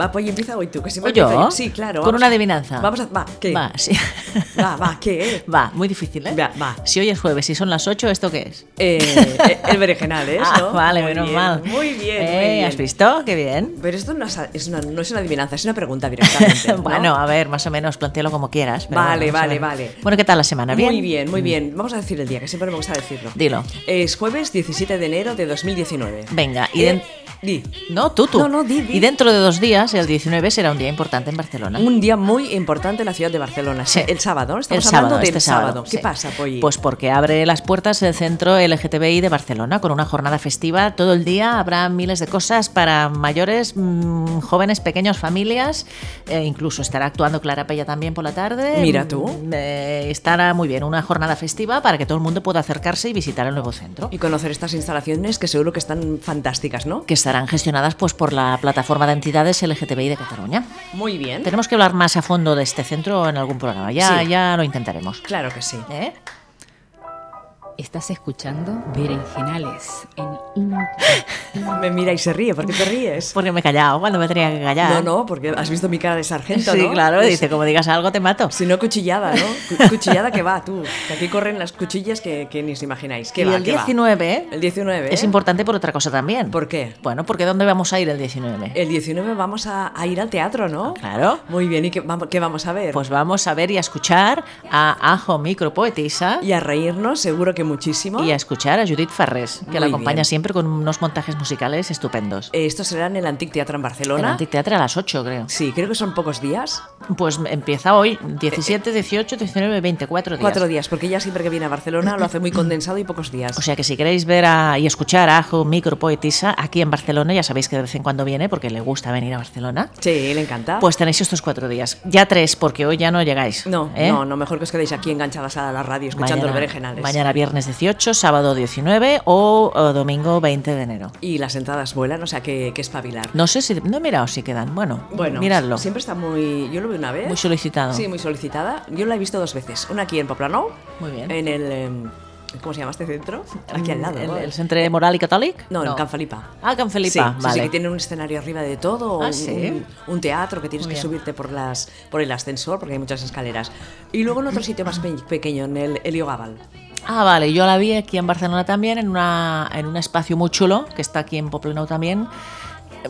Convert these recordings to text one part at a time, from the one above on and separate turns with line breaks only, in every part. Va, pues empieza hoy tú, que siempre
¿O yo?
empiezo Sí, claro.
Con
vamos
una
a-
adivinanza.
Vamos a. Va, ¿qué?
Va, sí.
Va, va, ¿qué?
Va, muy difícil, ¿eh?
Va, va.
Si hoy es jueves y son las 8, ¿esto qué es?
Eh, eh, el berenjenal es,
Ah,
¿no?
vale,
Muy
menos
bien,
mal.
Muy bien,
Eh,
muy bien.
¿Has visto? Qué bien.
Pero esto no es, es una, no es una adivinanza, es una pregunta directamente. ¿no?
Bueno, a ver, más o menos, plantealo como quieras. pero
Vale,
vamos a
vale,
ver.
vale.
Bueno, ¿qué tal la semana? ¿Bien? Mm.
Muy bien, muy bien. Vamos a decir el día, que siempre me gusta decirlo.
Dilo.
Es jueves 17 de enero de 2019.
Venga, y
Eh,
den-
di.
No, tú, tú.
No, no, di, di.
Y dentro de dos días, el 19, será un día importante en Barcelona.
Un día muy importante en la ciudad de Barcelona.
Sí.
El sábado, ¿no? Estamos
El sábado,
hablando del
este
sábado.
sábado.
¿Qué
sí.
pasa, Polly?
Pues porque abre las puertas el centro LGTBI de Barcelona con una jornada festiva todo el día. Habrá miles de cosas para mayores, mm, jóvenes, pequeños, familias. Eh, incluso estará actuando Clara Pella también por la tarde.
Mira tú.
Mm, eh, estará muy bien una jornada festiva para que todo el mundo pueda acercarse y visitar el nuevo centro.
Y conocer estas instalaciones que seguro que están fantásticas, ¿no?
que estarán gestionadas pues, por la plataforma de entidades LGTBI de Cataluña.
Muy bien.
Tenemos que hablar más a fondo de este centro en algún programa. Ya,
Sí.
ya lo intentaremos.
Claro que sí.
¿Eh?
Estás escuchando Berenjenales en Ina.
Me mira y se ríe. ¿Por qué te ríes?
Porque me he callado cuando me tenía que callar.
No, no, porque has visto mi cara de sargento,
Sí,
¿no? Pues
claro,
Es-
dice, como digas algo te mato.
Si no, cuchillada, ¿no? Cu- Cuchillada que va, tú. Que aquí corren las cuchillas que, que ni os imagináis. ¿Qué
y
va,
el
qué va?
19 ¿eh?
El 19.
es
¿eh?
importante por otra cosa también.
¿Por Eh, qué?
Bueno, porque ¿dónde vamos a ir el 19?
El 19 vamos a, a ir al teatro, ¿no?
Ah, Claro.
Muy bien, ¿y qué, vamos- qué vamos a ver?
Pues vamos a ver y a escuchar a Ajo Micropoetisa
y a reírnos, seguro que muchísimo.
y a escuchar a Judith Farrés, que
Muy
la acompaña
bien.
siempre con unos montajes musicales estupendos.
Eh, Esto será en el Antic Teatro en
El
Barcelona.
Anticteatro a las 8, creo.
Sí, creo que son pocos días.
Pues empieza hoy, 17, 18, 19, 24 días.
Cuatro días, porque ella siempre que viene a Barcelona lo hace muy condensado y pocos días.
O sea que si queréis ver a- y escuchar a Ajo Micropoetisa aquí en Barcelona, ya sabéis que de vez en cuando viene porque le gusta venir a Barcelona.
sí, le encanta.
Pues tenéis estos cuatro días. Ya tres, porque hoy ya no llegáis.
no,
¿eh?
no, no, mejor que os quedéis aquí enganchadas a la radio escuchando los berenjenales.
mañana viernes 18, sábado 19 o, o domingo 20 de enero.
Y las entradas vuelan, o sea que, que espabilar.
No sé si. No he mirado si quedan. Bueno,
Bueno,
miradlo.
siempre está muy. Yo lo vi una vez.
Muy solicitado.
Sí, muy solicitada. Yo la he visto dos veces. Una aquí en Poplanou.
Muy bien. Mm,
En el. em, ¿Cómo se llama este centro? Aquí al lado.
¿El,
¿no?
el Centre Moral y Católic?
No, en Can Felipa.
Ah, Can
Sí,
Felipa,
sí, sí,
vale.
que tienen un escenario arriba de todo,
Ah,
un,
sí.
un- un teatro que tienes
Muy
que
bien.
subirte por las por el ascensor porque hay muchas escaleras. Y luego en otro sitio más pe- pequeño, en el Helio Gabal.
Ah, vale, yo la vi aquí en Barcelona también, en, una, en un espacio muy chulo, que está aquí en Poblenou también,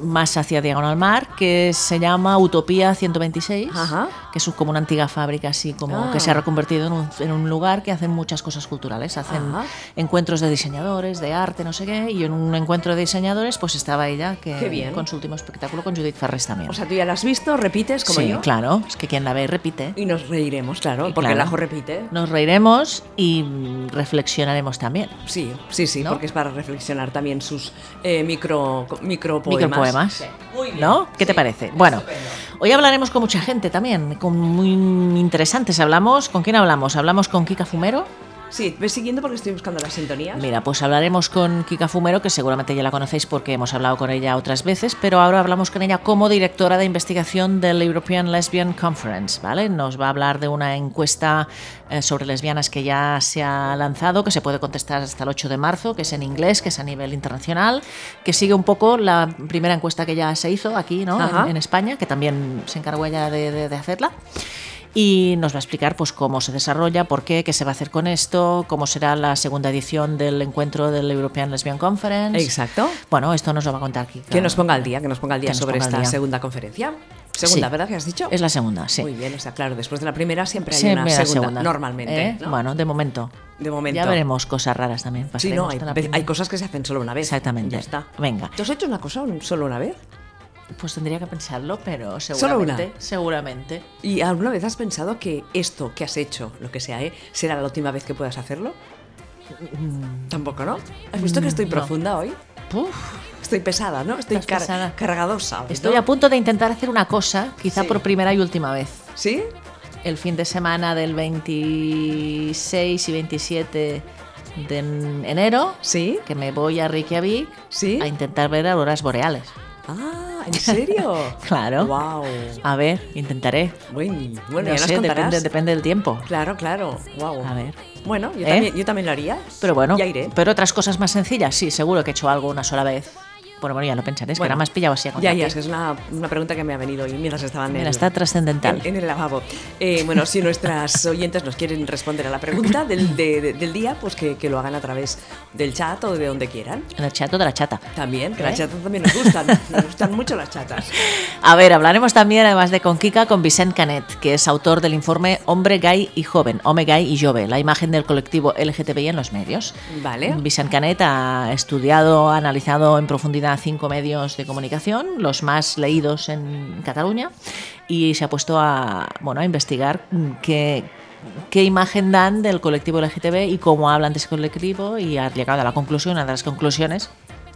más hacia Diagonal Mar, que se llama Utopía 126,
Ajá.
que es como una antigua fábrica así, como
Ah.
que se ha reconvertido en un, en un lugar que hacen muchas cosas culturales, hacen
Ajá.
encuentros de diseñadores, de arte, no sé qué, y en un encuentro de diseñadores pues estaba ella que,
Qué bien.
con su último espectáculo con Judith Farrés también.
O sea, tú ya la has visto, repites como
sí,
yo.
claro, es que quien la ve repite.
Y nos reiremos, claro,
Y
porque el
claro.
ajo repite.
Nos reiremos y mm, reflexionaremos también.
Sí, sí, sí,
¿No?
porque es para reflexionar también sus eh, micro, micro poemas.
micropoemas. ¿No? ¿Qué te parece? Bueno, hoy hablaremos con mucha gente también, con muy interesantes. Hablamos, ¿con quién hablamos? Hablamos con Kika Fumero.
Sí, ves siguiendo porque estoy buscando las sintonías.
Mira, pues hablaremos con Kika Fumero, que seguramente ya la conocéis porque hemos hablado con ella otras veces, pero ahora hablamos con ella como directora de investigación del European Lesbian Conference, ¿vale? Nos va a hablar de una encuesta eh, sobre lesbianas que ya se ha lanzado, que se puede contestar hasta el 8 de marzo, que es en inglés, que es a nivel internacional, que sigue un poco la primera encuesta que ya se hizo aquí, ¿no?
Ajá.
En, en España, que también se encargó ella de- de- de hacerla y nos va a explicar pues cómo se desarrolla, por qué, qué se va a hacer con esto, cómo será la segunda edición del encuentro del European Lesbian Conference.
Exacto.
Bueno, esto nos lo va a contar Kika.
Que nos ponga al día, que nos ponga al día
Que nos
sobre
ponga al
esta
día.
segunda conferencia. Segunda,
Sí.
¿verdad? que has dicho?
Es la segunda, sí.
Muy bien, o sea, claro, después de la primera siempre hay
Sí,
una
mira,
segunda,
la
normalmente.
¿eh?
¿no?
Bueno, de momento.
de momento.
Ya veremos cosas raras también.
Sí,
pasaremos
no, hay,
de la
ve-
primera.
hay cosas que se hacen solo una vez.
Exactamente.
Ya está.
Venga.
¿Tú has hecho una cosa un- solo una vez?
Pues tendría que pensarlo, pero
Solo una.
seguramente, seguramente.
¿Y alguna vez has pensado que esto que has hecho, lo que sea, ¿eh? será la última vez que puedas hacerlo?
Mm.
Tampoco, ¿no? ¿Has visto que estoy profunda hoy?
Puf.
Estoy pesada, ¿no? Estoy
Mm, Estás
car-
pesada.
cargadosa. hoy, ¿no?
Estoy a punto de intentar hacer una cosa, quizá
Sí.
por primera y última vez.
¿Sí?
el fin de semana del 26 y 27 de en- enero,
¿Sí?
que me voy a Reykjavik
¿Sí?
a intentar ver auroras boreales.
Ah, ¿en serio?
Claro.
Wow.
A ver, intentaré.
Bueno, bueno,
no
ya
sé,
nos contarás.
depende, depende del tiempo.
Claro, claro. Wow.
A ver.
Bueno, yo,
¿Eh?
también, yo también lo haría.
Pero bueno,
Ya iré.
pero otras cosas más sencillas, sí, seguro que he hecho algo una sola vez. Bueno, bueno, ya lo pensaréis, que
Bueno.
ahora me has pillado así a
Ya,
contrapié.
ya, es que es una, una pregunta que me ha venido y mientras estaban en
Mira,
el-
está trascendental.
En, en el lavabo. Eh, bueno, si nuestras oyentes nos quieren responder a la pregunta del, de- de- del día, pues que, que lo hagan a través del chat o de donde quieran.
En el chato de la chata.
También, que
¿Eh?
las chatas también nos gustan. nos gustan mucho las chatas.
A ver, hablaremos también, además de con Kika, con Vicent Canet, que es autor del informe Hombre Gay y Joven, Hombre Gay y Jove, la imagen del colectivo LGTBI en los medios.
Vale.
Vicent Canet ha estudiado, ha analizado en profundidad cinco medios de comunicación, los más leídos en Cataluña, y se ha puesto a, bueno, a investigar mm, qué, qué imagen dan del colectivo LGTB y cómo hablan de ese colectivo, y ha llegado a la conclusión, una de las conclusiones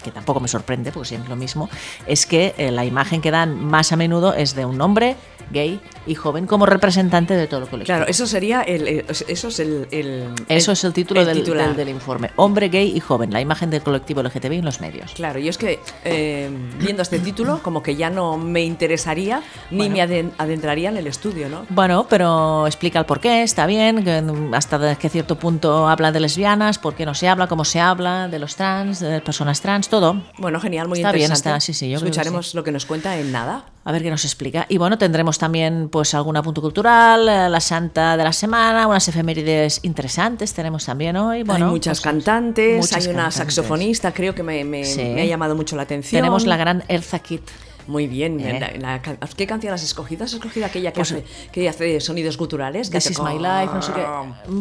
que tampoco me sorprende, porque siempre lo mismo, es que eh, la imagen que dan más a menudo es de un hombre gay y joven como representante de todo el colectivo.
Claro, eso sería el, el- eso es el, el-
Eso es el título del,
titular.
del- del informe. Hombre gay y joven, la imagen del colectivo LGTBI en los medios.
Claro, yo es que eh, viendo este título, como que ya no me interesaría ni me aden- adentraría en el estudio, ¿no?
Bueno, pero explica el por qué, está bien, que, mm, hasta de- que cierto punto habla de lesbianas, por qué no se habla, cómo se habla, de los trans, de las personas trans, todo.
Bueno, genial, muy
Está bien,
interesante.
está, sí, sí, yo creo que
Escucharemos lo que nos cuenta en nada.
A ver qué nos explica. Y bueno, tendremos también pues algún apunto cultural, eh, la santa de la semana, unas efemérides interesantes tenemos también hoy. Bueno,
hay muchas
pues,
cantantes,
muchas
hay una
cantantes.
saxofonista, creo que me, me-
Sí.
me ha llamado mucho la atención.
Tenemos la gran Elza Kitt.
Muy bien.
Eh.
la- la can- ¿Qué canción has escogido? ¿Has escogido aquella que,
Pues-
hace, que hace sonidos guturales? Que
This
hace
is
como-
my life, no sé qué.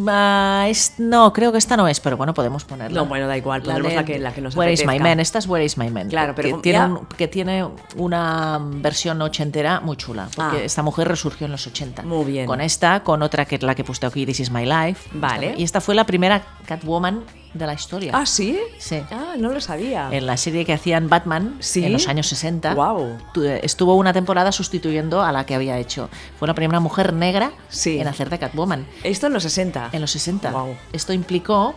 Ah, es- no, creo que esta no es, pero bueno, podemos ponerla.
No, bueno, da igual, pondremos
de
la que- la que nos
Where is my
apetezca.
man, esta es Where is my man.
Claro, pero
que,
como-
tiene
ya-
un- que tiene una versión ochentera muy chula, porque
Ah.
esta mujer resurgió en los 80.
Muy bien.
Con esta, con otra que es la que he puesto aquí, This is my life.
Vale.
Y esta fue la primera Catwoman de la historia.
Ah, ¿sí?
Sí.
Ah, no lo sabía.
En la serie que hacían Batman
Sí.
en los años 60,
Guau.
tu- estuvo una temporada sustituyendo a la que había hecho. Fue la primera mujer negra
Sí.
en hacer de Catwoman.
Esto en los 60.
En los 60.
Guau.
Esto implicó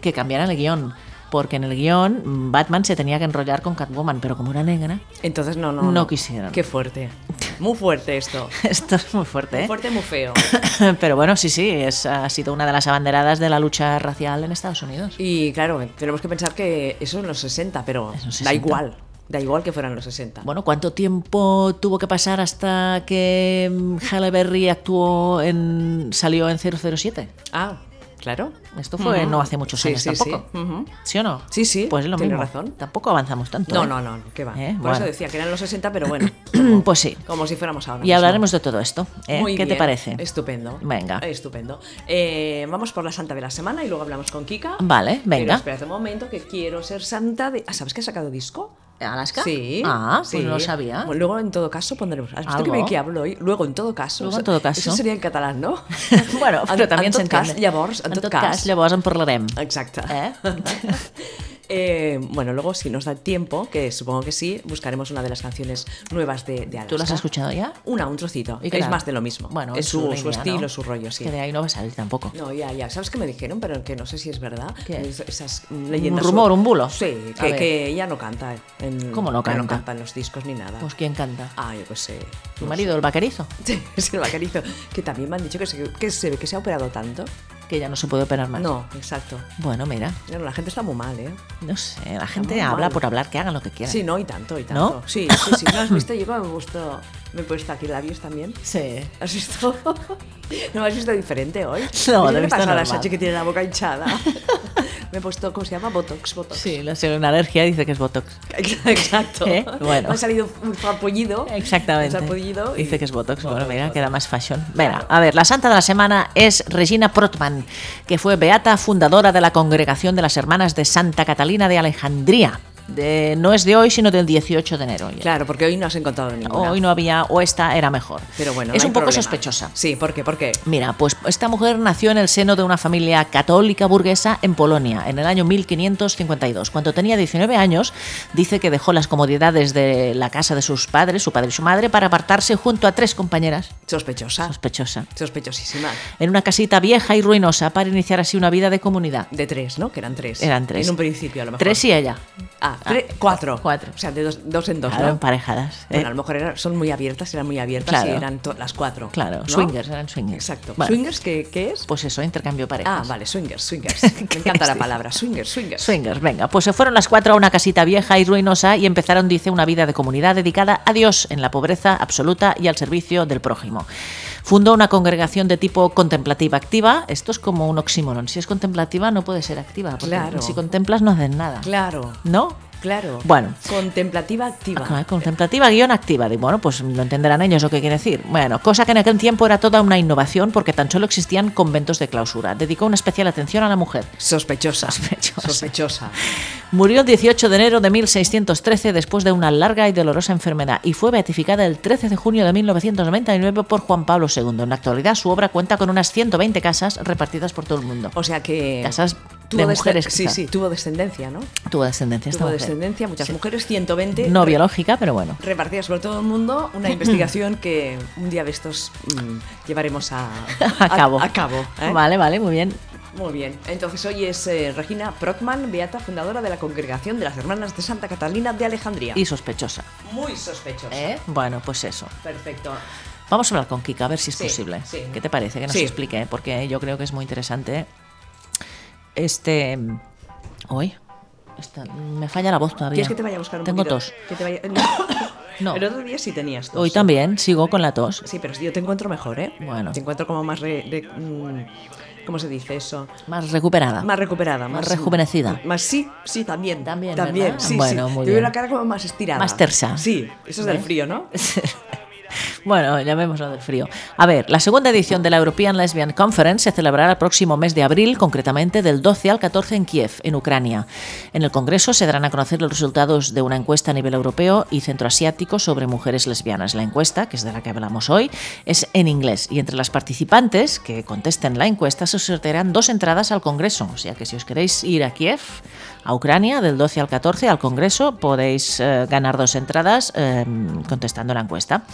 que cambiaran el guión. Porque en el guión mm, Batman se tenía que enrollar con Catwoman, pero como era negra.
Entonces no, no.
No quisieron.
Qué fuerte. Muy fuerte esto.
Esto es muy fuerte,
Muy
¿eh?
fuerte, muy feo.
Pero bueno, sí, sí, es, ha sido una de las abanderadas de la lucha racial en Estados Unidos.
Y claro, tenemos que pensar que eso en los 60, pero
Es los
da
60.
igual. Da igual que fueran los 60.
Bueno, ¿cuánto tiempo tuvo que pasar hasta que mm, Halle Berry actuó en, salió en 007?
Ah, claro.
Esto fue
Ujú.
no hace muchos
Sí,
años
sí,
tampoco.
sí. Ujú.
¿Sí o no?
Sí, sí,
Pues es lo
tiene
mismo.
razón.
Tampoco avanzamos tanto.
No,
¿eh?
no, no, no, que va.
Eh,
Por
bueno.
eso decía que eran los 60, pero bueno.
Pues sí.
Como si fuéramos ahora.
Y hablaremos de todo esto. ¿eh? ¿Qué te parece?
Estupendo.
Venga.
Estupendo. Eh, vamos por la santa de la semana y luego hablamos con Kika.
Vale,
Pero
venga.
espérate un momento que quiero ser santa de. Ah, ¿Sabes que ha sacado disco?
¿Alaska?
Sí.
Ah, pues
sí.
no lo sabía.
Bueno, luego en todo caso pondremos. ¿Has visto
Algo.
que bien que hablo hoy? Luego en todo caso.
Luego, en
Eso-
todo caso.
Eso sería en catalán, no?
bueno, però també ens
en tot cas,
entén.
llavors, en,
en tot cas, llavors en parlarem.
Exacto.
Eh?
Eh, bueno, luego si nos da tiempo, que supongo que sí, buscaremos una de las canciones nuevas de, de Alaska.
¿Tú las has escuchado ya?
Una, un trocito.
¿Y qué
es
tal?
más de lo mismo.
Bueno,
es
en
su,
línea,
su estilo,
¿no?
su rollo, sí.
Es que de ahí no va a salir tampoco.
No, ya, ya. ¿Sabes qué me dijeron? Pero que no sé si es verdad.
¿Qué?
Es- Esas leyendas.
rumor, un bulo.
Sí,
A ver.
que, que ella no canta. En,
¿Cómo no
que
canta?
en los discos ni nada.
Pues quién canta.
Ah, yo qué sé.
¿Tu marido, el vaquerizo?
Sí, es el bacarizo. Que también me han dicho que se, que se ve que se ha operado tanto.
Que ya no se puede operar más.
No, exacto.
Bueno, mira,
Bueno, la gente está muy mal, ¿eh?
no sé, la gente
muy
habla
mal.
por hablar, que hagan lo que quieran.
Sí, no, y tanto, y tanto.
¿No?
Sí, sí, sí. ¿No has visto? Yo me he puesto, me he puesto aquí labios también.
Sí.
¿Has visto? ¿No me has visto diferente hoy?
No,
Oye, ¿Qué le
te he visto
pasa a la
normal.
Sachi que tiene la boca hinchada? me he puesto, ¿cómo se llama? Botox, Botox.
Sí, le sale una alergia dice que es Botox.
Exacto.
¿Eh? Bueno.
Me ha salido un zapullido.
Exactamente.
Un zapullido. y-
Dice que es Botox. Bueno, mira, queda más fashion. Venga, a ver, la santa de la semana es Regina Protman, que fue beata fundadora de la Congregación de las Hermanas de Santa Catalina de Alejandría. De- no es de hoy, sino del 18 de enero. Ya.
Claro, porque hoy no has encontrado ninguna.
Hoy no había, o esta era mejor.
Pero bueno,
es
no hay
un poco
problema.
sospechosa.
Sí, ¿por qué? ¿Por qué?
Mira, pues esta mujer nació en el seno de una familia católica burguesa en Polonia en el año 1552. Cuando tenía 19 años, dice que dejó las comodidades de la casa de sus padres, su padre y su madre, para apartarse junto a tres compañeras,
Sospechosa.
sospechosa,
Sospechosísima.
en una casita vieja y ruinosa para iniciar así una vida de comunidad.
De tres, ¿no? Que eran tres.
Eran tres.
En un principio, a lo mejor.
Tres y ella.
Ah, tres- cuatro.
cuatro.
O sea, de dos, dos en dos,
Claro,
¿no?
emparejadas.
Bueno,
eh.
a lo mejor eran- son muy abiertas, eran muy abiertas
Claro.
y eran to- las cuatro.
Claro,
¿no?
swingers, eran swingers.
Exacto.
Bueno,
¿Swingers qué, qué es?
Pues eso, intercambio de
Ah,
parejas.
vale, swingers, swingers. Me encanta la palabra, swingers, swingers.
Swingers, venga, pues se fueron las cuatro a una casita vieja y ruinosa y empezaron, dice, una vida de comunidad dedicada a Dios en la pobreza absoluta y al servicio del prójimo. Fundó una congregación de tipo contemplativa activa. Esto es como un oxímoron. Si es contemplativa, no puede ser activa. Porque
Claro.
si contemplas, no haces nada.
Claro,
¿No?
claro.
Bueno.
Contemplativa activa.
Ah, contemplativa guión activa. Digo, bueno, pues lo entenderán ellos lo que quiere decir. Bueno, cosa que en aquel tiempo era toda una innovación porque tan solo existían conventos de clausura. Dedicó una especial atención a la mujer.
Sospechosa.
Sospechosa.
Sospechosa.
Murió el 18 de enero de 1613 después de una larga y dolorosa enfermedad y fue beatificada el 13 de junio de 1999 por Juan Pablo II. En la actualidad su obra cuenta con unas 120 casas repartidas por todo el mundo.
O sea que.
Casas
tuvo
de
descen-
mujeres,
Sí,
quizá.
sí, tuvo descendencia, ¿no?
Tuvo descendencia esta
tuvo
mujer.
descendencia, muchas
Sí.
mujeres, 120.
No
re-
biológica, pero bueno.
Repartidas por todo el mundo, una investigación que un día de estos mm, llevaremos a,
A cabo.
A, cabo ¿eh?
Vale, vale, muy bien.
Muy bien. Entonces hoy es eh, Regina Protman, beata fundadora de la Congregación de las Hermanas de Santa Catalina de Alejandría.
Y sospechosa.
Muy sospechosa.
Bueno, pues eso.
Perfecto.
Vamos a hablar con Kika a ver si es
Sí,
posible.
sí.
¿Qué te parece? Que nos
Sí.
explique, ¿eh? porque yo creo que es muy interesante. Este. Hoy. esta- me falla la voz todavía.
¿Quieres que te vaya a buscar un
Tengo
poquito?
tos.
Que te vaya-
No.
El otro día sí tenías tos.
Hoy también sigo con la tos.
Sí, pero yo te encuentro mejor, ¿eh?
Bueno.
Te encuentro como más... re- re- mm, ¿Cómo se dice eso?
Más recuperada.
Más recuperada.
Más rejuvenecida.
Más sí, sí, también.
También,
También,
¿verdad?
sí,
Bueno,
sí.
muy
Te veo
bien.
la cara como más estirada.
Más tersa.
Sí, eso es del
¿Eh?
frío, ¿no?
Bueno, llamémoslo del frío. A ver, la segunda edición de la European Lesbian Conference se celebrará el próximo mes de abril, concretamente del 12 al 14 en Kiev, en Ucrania. En el Congreso se darán a conocer los resultados de una encuesta a nivel europeo y centroasiático sobre mujeres lesbianas. La encuesta, que es de la que hablamos hoy, es en inglés y entre las participantes que contesten la encuesta se sortearán dos entradas al Congreso. O sea que si os queréis ir a Kiev, a Ucrania, del 12 al 14 al Congreso, podéis eh, ganar dos entradas eh, contestando la encuesta.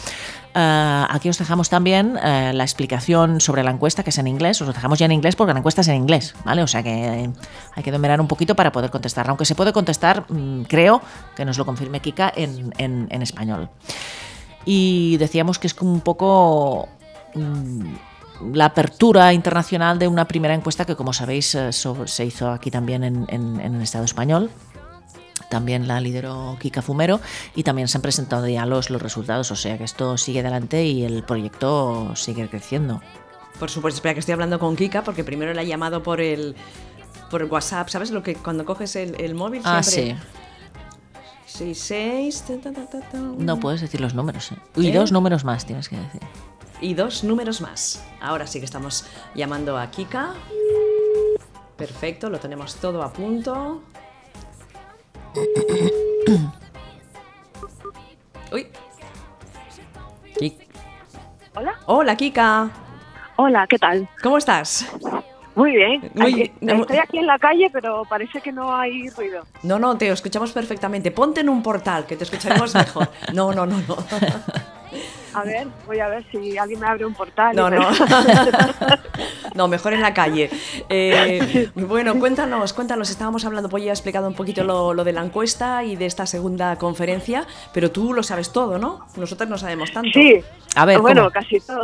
Eh, aquí os dejamos también eh, la explicación sobre la encuesta, que es en inglés. Os lo dejamos ya en inglés porque la encuesta es en inglés, ¿vale? O sea que eh, hay que dominar un poquito para poder contestarla. Aunque se puede contestar, mm, creo, que nos lo confirme Kika, en, en- en español. Y decíamos que es como un poco mm, la apertura internacional de una primera encuesta que, como sabéis, eh, so- se hizo aquí también en- en- en el Estado español, también la lideró Kika Fumero y también se han presentado ya los, los resultados, o sea que esto sigue adelante y el proyecto sigue creciendo.
Por supuesto, espera que estoy hablando con Kika porque primero la he llamado por el por el WhatsApp, ¿sabes lo que cuando coges el, el móvil
Ah,
siempre? 66 ta, ta, ta, ta, ta,
Mm.
No puedes decir los números. ¿eh? Y
¿Eh?
dos números más tienes que decir.
y dos números más. Ahora sí que estamos llamando a Kika. Perfecto, lo tenemos todo a punto. Uy. Ki-
Hola.
Hola, Kika.
Hola, ¿qué tal?
¿Cómo estás?
Muy bien.
Muy
Aquí-
bien.
Estoy aquí en la calle, pero parece que no hay ruido.
No, no, te escuchamos perfectamente. Ponte en un portal, que te escucharemos mejor. No, no, no, no.
A ver, voy a ver si alguien me abre un portal. y
No,
me-
no. No, mejor en la calle. Eh, bueno, cuéntanos, cuéntanos. Estábamos hablando, pues ya he explicado un poquito lo, lo de la encuesta y de esta segunda conferencia, pero tú lo sabes todo, ¿no? Nosotros no sabemos tanto.
Sí.
A ver,
bueno,
¿cómo?
casi todo.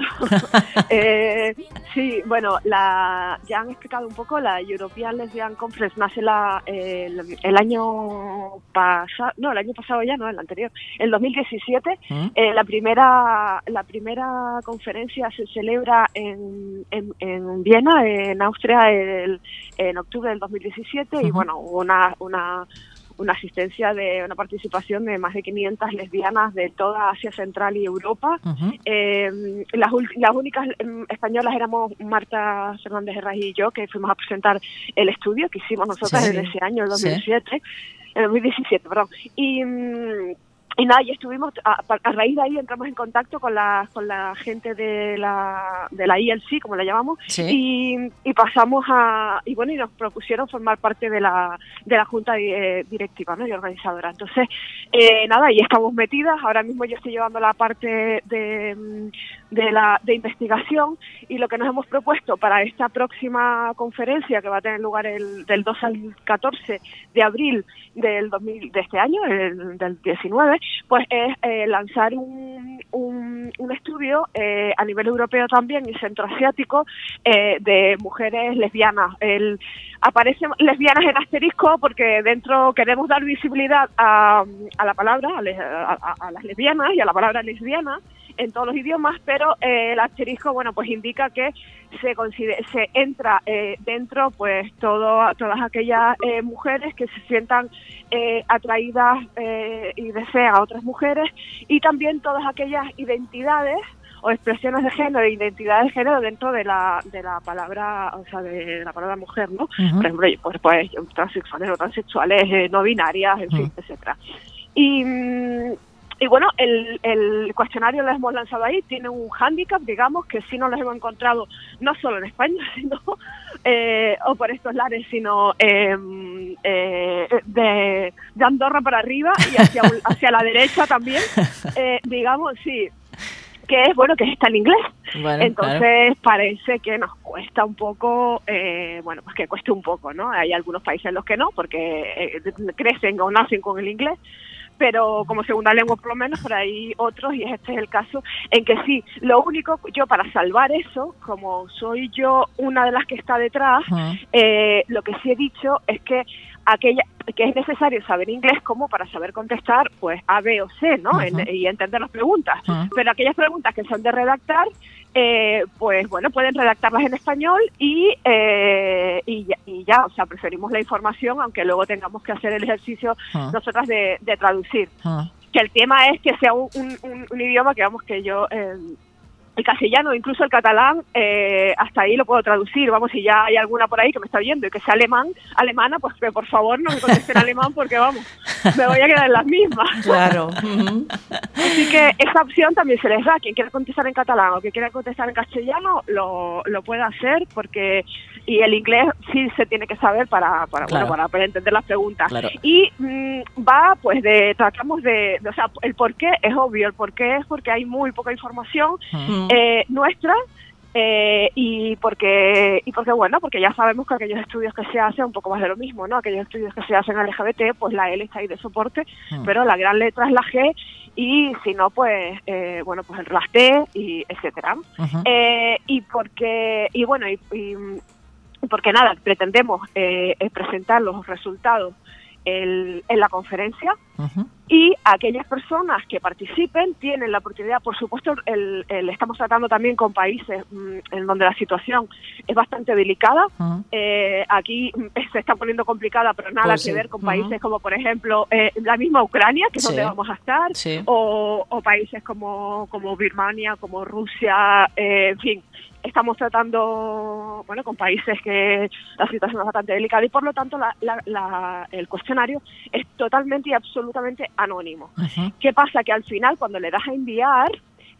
Eh, sí, bueno, la, ya han explicado un poco, la European Lesbian Conference nace la, el, el año pasado, no, el año pasado ya, no, el anterior, el 2017,
¿Mm?
Eh, la primera la primera conferencia se celebra en, en, en Viena, en Austria, el- en octubre del 2017 y
Ujú.
bueno, hubo una, una, una asistencia de una participación de más de 500 lesbianas de toda Asia Central y Europa.
Ujú.
Eh, las, ul- las únicas mm, españolas éramos Marta Fernández Herrás y yo, que fuimos a presentar el estudio que hicimos nosotras
Sí.
en ese año, el
Sí.
2007, el 2017, perdón. Y, mm, y nada, y estuvimos, a, a raíz de ahí entramos en contacto con la, con la gente de la, de la ELC, como la llamamos,
Sí.
y, y pasamos a y bueno y nos propusieron formar parte de la de la junta di- eh, directiva ¿no? y organizadora entonces eh, nada y estamos metidas ahora mismo yo estoy llevando la parte de mm, de, la, de investigación y lo que nos hemos propuesto para esta próxima conferencia que va a tener lugar el, del 2 al 14 de abril del 2000, de este año, el, del 19, pues es eh, lanzar un, un, un estudio eh, a nivel europeo también y centroasiático eh, de mujeres lesbianas. El, aparecen lesbianas en asterisco porque dentro queremos dar visibilidad a, a la palabra, a, les, a, a las lesbianas y a la palabra lesbiana en todos los idiomas, pero eh, el asterisco, bueno, pues indica que se consider se entra eh, dentro, pues, todo, todas aquellas eh, mujeres que se sientan eh, atraídas eh, y desean a otras mujeres y también todas aquellas identidades o expresiones de género, identidad de género dentro de la, de la palabra, o sea, de la palabra mujer, ¿no? Uh -huh.
¿Mm?
Por ejemplo, pues, pues transexuales o transexuales, no binarias, en uh -huh. fin, etcétera. Y mmm, y bueno, el, el, cuestionario lo hemos lanzado ahí, tiene un hándicap, digamos, que sí no lo hemos encontrado no solo en España, sino, eh, o por estos lares, sino eh, eh, de, de, Andorra para arriba y hacia, hacia la derecha también, Eh, digamos, sí, que es, bueno, que está en inglés. Bueno, Entonces claro. parece que nos cuesta un poco, eh, bueno, pues que cueste un poco, ¿no? Hay algunos países en los que no, porque eh, crecen o nacen con el inglés, pero como segunda lengua por lo menos, pero hay otros, y este es el caso, en que sí, lo único, yo para salvar eso, como soy yo una de las que está detrás, uh -huh. eh, lo que sí he dicho es que aquella que es necesario saber inglés como para saber contestar pues A, B o C, ¿no? Uh -huh. en, y entender las preguntas. Uh
¿Mm?
-huh. Pero aquellas preguntas que son de redactar, eh, pues bueno, pueden redactarlas en español y, eh, y, ya, y, ya, o sea, preferimos la información, aunque luego tengamos que hacer el ejercicio uh
Ah. ¿Mm?
-huh. nosotras de, de traducir. Que el tema es que sea un, un, un idioma que vamos que yo... Eh, el castellano, incluso el catalán, eh, hasta ahí lo puedo traducir. Vamos, si ya hay alguna por ahí que me está viendo y que sea alemán, alemana, pues que por favor no me contesten alemán porque vamos, me voy a quedar en las mismas.
Claro.
Así que esa opción también se les da. Quien quiera contestar en catalán o quien quiera contestar en castellano, lo, lo puede hacer porque. Y el inglés sí se tiene que saber para, para, claro. bueno, para, para entender las preguntas. Claro. Y mmm, va, pues, de tratamos de, de, O sea, el por qué es obvio. El por qué es porque hay muy poca información. Mm. Eh, nuestra eh, y porque y porque bueno porque ya sabemos que aquellos estudios que se hacen un poco más de lo mismo no aquellos estudios que se hacen al LGBT pues la L está ahí de soporte mm. pero la gran letra es la G y si no pues eh, bueno pues el raste y etcétera
¿Mm?
uh -huh. y porque y bueno y, y porque nada pretendemos eh, presentar los resultados el, en la conferencia uh
¿Mm?
-huh. y aquellas personas que participen tienen la oportunidad, por supuesto, el, el estamos tratando también con países mmm, en donde la situación es bastante delicada. Uh
¿Mm?
-huh. eh, aquí se está poniendo complicada, pero nada pues que sí. ver con uh -huh. países como, por ejemplo, eh, la misma Ucrania, que es sí. donde vamos a estar, sí. o, o, países como, como Birmania, como Rusia, eh, en fin, estamos tratando bueno con países que la situación es bastante delicada y por lo tanto la, la, la, el cuestionario es totalmente y absolutamente anónimo. Uh
¿Mm?
-huh. ¿Qué pasa? Que al final cuando le das a enviar,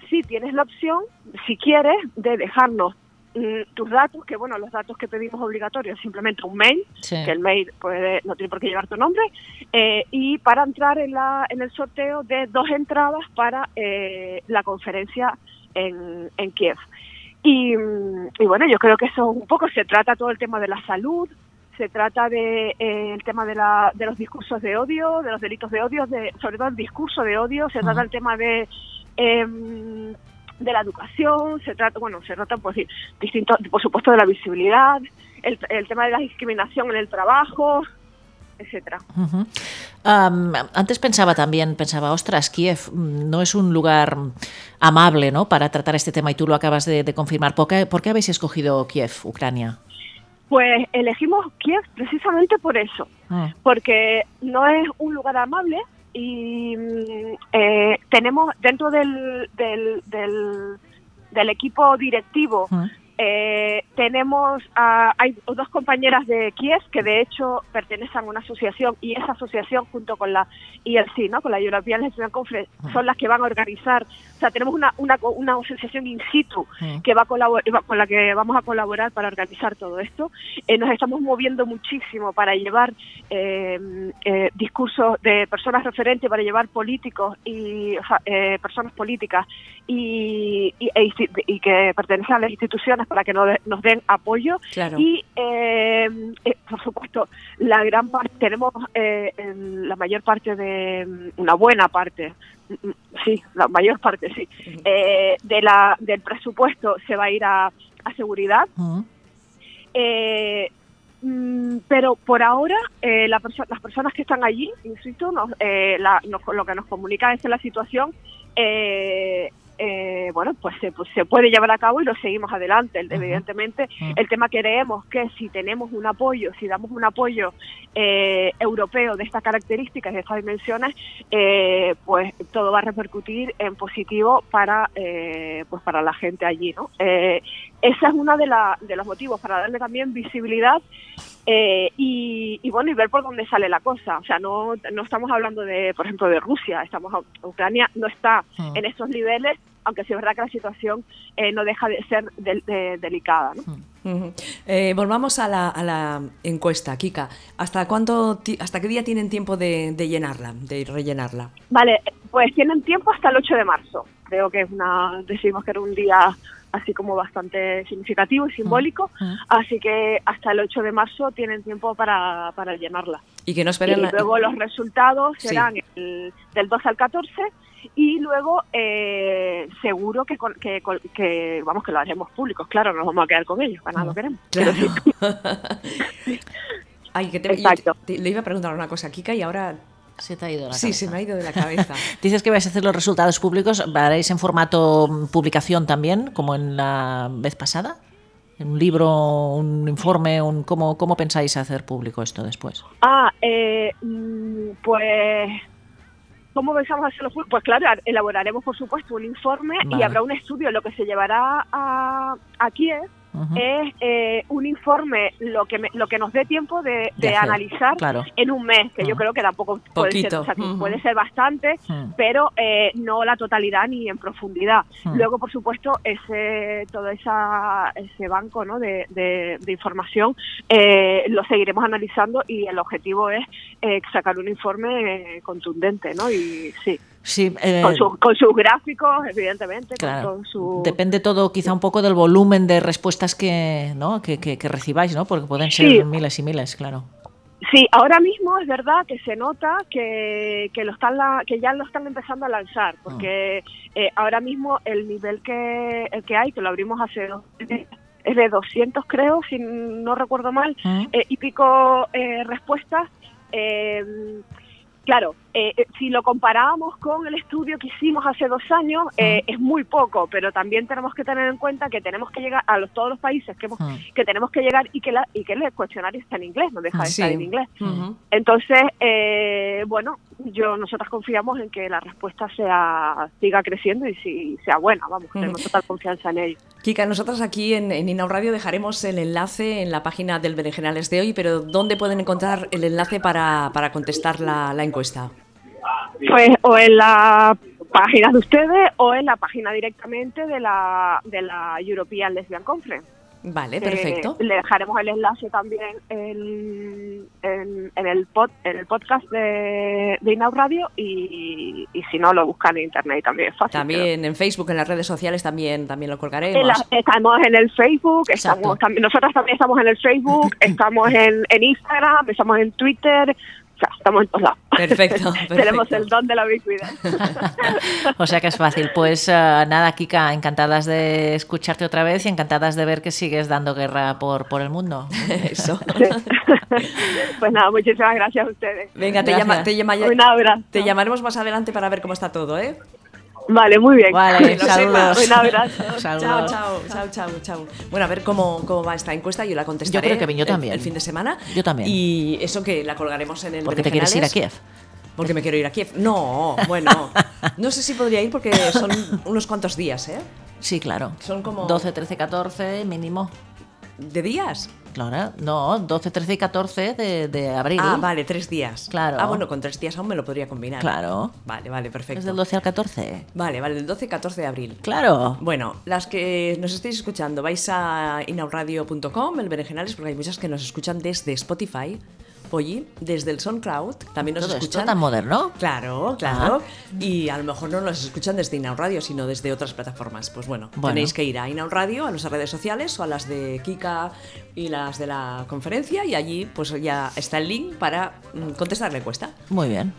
sí tienes la opción, si quieres, de dejarnos mm, tus datos, que bueno, los datos que pedimos obligatorios, simplemente un mail, sí. que el mail puede, no tiene por qué llevar tu nombre, eh, y para entrar en, la, en el sorteo de dos entradas para eh, la conferencia en, en Kiev. Y, y, bueno, yo creo que eso un poco se trata todo el tema de la salud, se trata de eh, el tema de, la, de los discursos de odio, de los delitos de odio, de, sobre todo el discurso de odio, se trata el tema de eh, de la educación, se trata, bueno, se trata pues distinto, por supuesto de la visibilidad, el, el tema de la discriminación en el trabajo, etcétera.
Uh -huh. um, antes pensaba también, pensaba, ostras, Kiev mm, no es un lugar amable ¿no? para tratar este tema y tú lo acabas de, de confirmar. ¿Por qué, ¿Por qué, habéis escogido Kiev, Ucrania?
Pues elegimos Kiev precisamente por eso, ah. porque no es un lugar amable y eh, tenemos dentro del, del, del, del equipo directivo ah. Eh, tenemos a, hay dos compañeras de Kiev que de hecho pertenecen a una asociación y esa asociación junto con la ILC, ¿no? con la European Lesbian Conference, son las que van a organizar, o sea, tenemos una, una, una asociación in situ que va a colaborar, con la que vamos a colaborar para organizar todo esto. Eh, nos estamos moviendo muchísimo para llevar eh, discursos de personas referentes, para llevar políticos y o sea, personas políticas y, y, e, y que pertenecen a las instituciones para que nos, den apoyo.
Claro.
Y, eh, eh, por supuesto, la gran parte, tenemos eh, en la mayor parte de, una buena parte, mm, sí, la mayor parte, sí, uh -huh. de la, del presupuesto se va a ir a, a seguridad.
Mm.
Uh -huh. Eh, mm, pero por ahora eh, la perso las personas que están allí, insisto, nos, eh, la, nos, lo que nos comunica es la situación eh, bueno, pues se, pues se, puede llevar a cabo y lo seguimos adelante. El, evidentemente, el tema creemos que si tenemos un apoyo, si damos un apoyo eh, europeo de estas características, de estas dimensiones, eh, pues todo va a repercutir en positivo para, pues para la gente allí, ¿no? Eh, ese es uno de, la, de los motivos para darle también visibilidad eh, y, y, bueno, y ver por dónde sale la cosa. O sea, no, no estamos hablando de, por ejemplo, de Rusia, estamos Ucrania no está sí.
Ah.
en esos niveles, aunque sí es verdad que la situación eh, no deja de ser de, de, delicada. ¿no? Sí.
Uh -huh. eh, volvamos a la, a la, encuesta, Kika. ¿Hasta cuánto, hasta qué día tienen tiempo de, de, llenarla, de rellenarla?
Vale, pues tienen tiempo hasta el 8 de marzo. Creo que es una, decidimos que era un día así como bastante significativo y simbólico, uh -huh. así que hasta el 8 de marzo tienen tiempo para, para llenarla.
Y que no esperen.
Y luego la... los resultados serán sí. el, del 2 al 14 y luego eh, seguro que, que, que, vamos que lo haremos públicos claro nos vamos a quedar con ellos para nada lo queremos
claro. Ay, que te,
Exacto.
Te, te, le iba a preguntar una cosa Kika y ahora
se te ha ido la
sí,
cabeza.
se me ha ido de la cabeza.
Dices que vais a hacer los resultados públicos. ¿Varéis en formato mm, publicación también, como en la vez pasada? un libro, un informe, un, ¿cómo, ¿cómo pensáis hacer público esto después?
Ah, eh, pues ¿Cómo pensamos hacerlo? Pues claro, elaboraremos por supuesto un informe vale. y habrá un estudio. Lo que se llevará a, a Kiev uh -huh. es eh, un informe, lo que me, lo que nos dé tiempo de, de, de analizar
claro.
en un mes, que uh -huh. yo creo que tampoco puede ser, o sea, uh -huh. puede ser, bastante, pero eh, no la totalidad ni en profundidad.
Hmm.
Luego, por supuesto, ese todo esa, ese banco ¿no? de, de información eh, lo seguiremos analizando y el objetivo es eh, sacar un informe eh, contundente, ¿no? Y sí.
sí eh,
con, su, con, sus gráficos, evidentemente. Claro, con su...
Depende todo, quizá un poco del volumen de respuestas que, ¿no? que, que, que recibáis, ¿no? Porque pueden ser sí. miles y miles, claro.
Sí, ahora mismo es verdad que se nota que, que lo están la, que ya lo están empezando a lanzar, porque oh. eh, ahora mismo el nivel que, el que hay, que lo abrimos hace dos es de 200 creo, si no recuerdo mal,
Mm.
¿Eh? y pico eh, respuestas. Claro, eh, si lo comparamos con el estudio que hicimos hace dos años, eh, mm. es muy poco, pero también tenemos que tener en cuenta que tenemos que llegar a los, todos los países que, hemos, mm. que tenemos que llegar y que, la, y que el cuestionario está en inglés, no deja de sí. estar en inglés. Mm -hmm. Entonces, eh, bueno, yo nosotras confiamos en que la respuesta sea siga creciendo y si, sea buena, vamos, que tenemos total confianza en ello.
Kika, nosotras aquí en, en Inau Radio dejaremos el enlace en la página del Berenjenales de hoy, pero ¿dónde pueden encontrar el enlace para, para contestar la, la encuesta?
Pues o en la página de ustedes o en la página directamente de la, de la European Lesbian Conference.
Vale, perfecto.
Eh, le dejaremos el enlace también en, en, en el, pod, en el podcast de, de Inau Radio y, y, si no, lo buscan en internet también es fácil.
También pero... en Facebook, en las redes sociales también, también lo colgaremos.
En la, estamos en el Facebook, estamos, también, nosotras también estamos en el Facebook, estamos en, en Instagram, estamos en Twitter, estamos en todos lados.
Perfecto, perfecto.
Tenemos el don de la ubicuidad.
o sea que es fácil. Pues uh, nada, Kika, encantadas de escucharte otra vez y encantadas de ver que sigues dando guerra por, por el mundo.
Eso.
Sí. pues nada, muchísimas gracias a ustedes.
Venga, te, llama, te, llama,
Un abrazo.
te llamaremos más adelante para ver cómo está todo, ¿eh?
Vale, muy bien.
Vale,
saludos.
Un abrazo.
Chao, chao, chao, chao, chao. Bueno, a ver cómo, cómo va esta encuesta. Yo la contestaré.
Yo creo que yo también.
El, el, fin de semana.
Yo también.
Y eso que la colgaremos en el.
Porque te quieres ir a Kiev.
Porque me quiero ir a Kiev. No, bueno. No sé si podría ir porque son unos cuantos días, ¿eh?
Sí, claro.
Son como-
12, 13, 14 mínimo.
¿De días?
Claro, no, 12, 13 y 14 de, de abril.
Ah, vale, tres días.
Claro.
Ah, bueno, con tres días aún me lo podría combinar.
Claro.
Vale, vale, perfecto.
Es del 12 al 14.
Vale, vale, el 12-14 de abril.
Claro.
Bueno, las que nos estéis escuchando, vais a inauradio.com, el Berenjenales, porque hay muchas que nos escuchan desde Spotify, Polly, desde el SoundCloud, también nos
Todo esto
escuchan.
tan moderno.
Claro, claro. Y a lo mejor no nos escuchan desde Inaun Radio, sino desde otras plataformas. Pues bueno,
Bueno.
tenéis que ir a Inaun Radio, a nuestras redes sociales o a las de Kika y las de la conferencia y allí pues ya está el link para mm, contestar la encuesta.
Muy bien.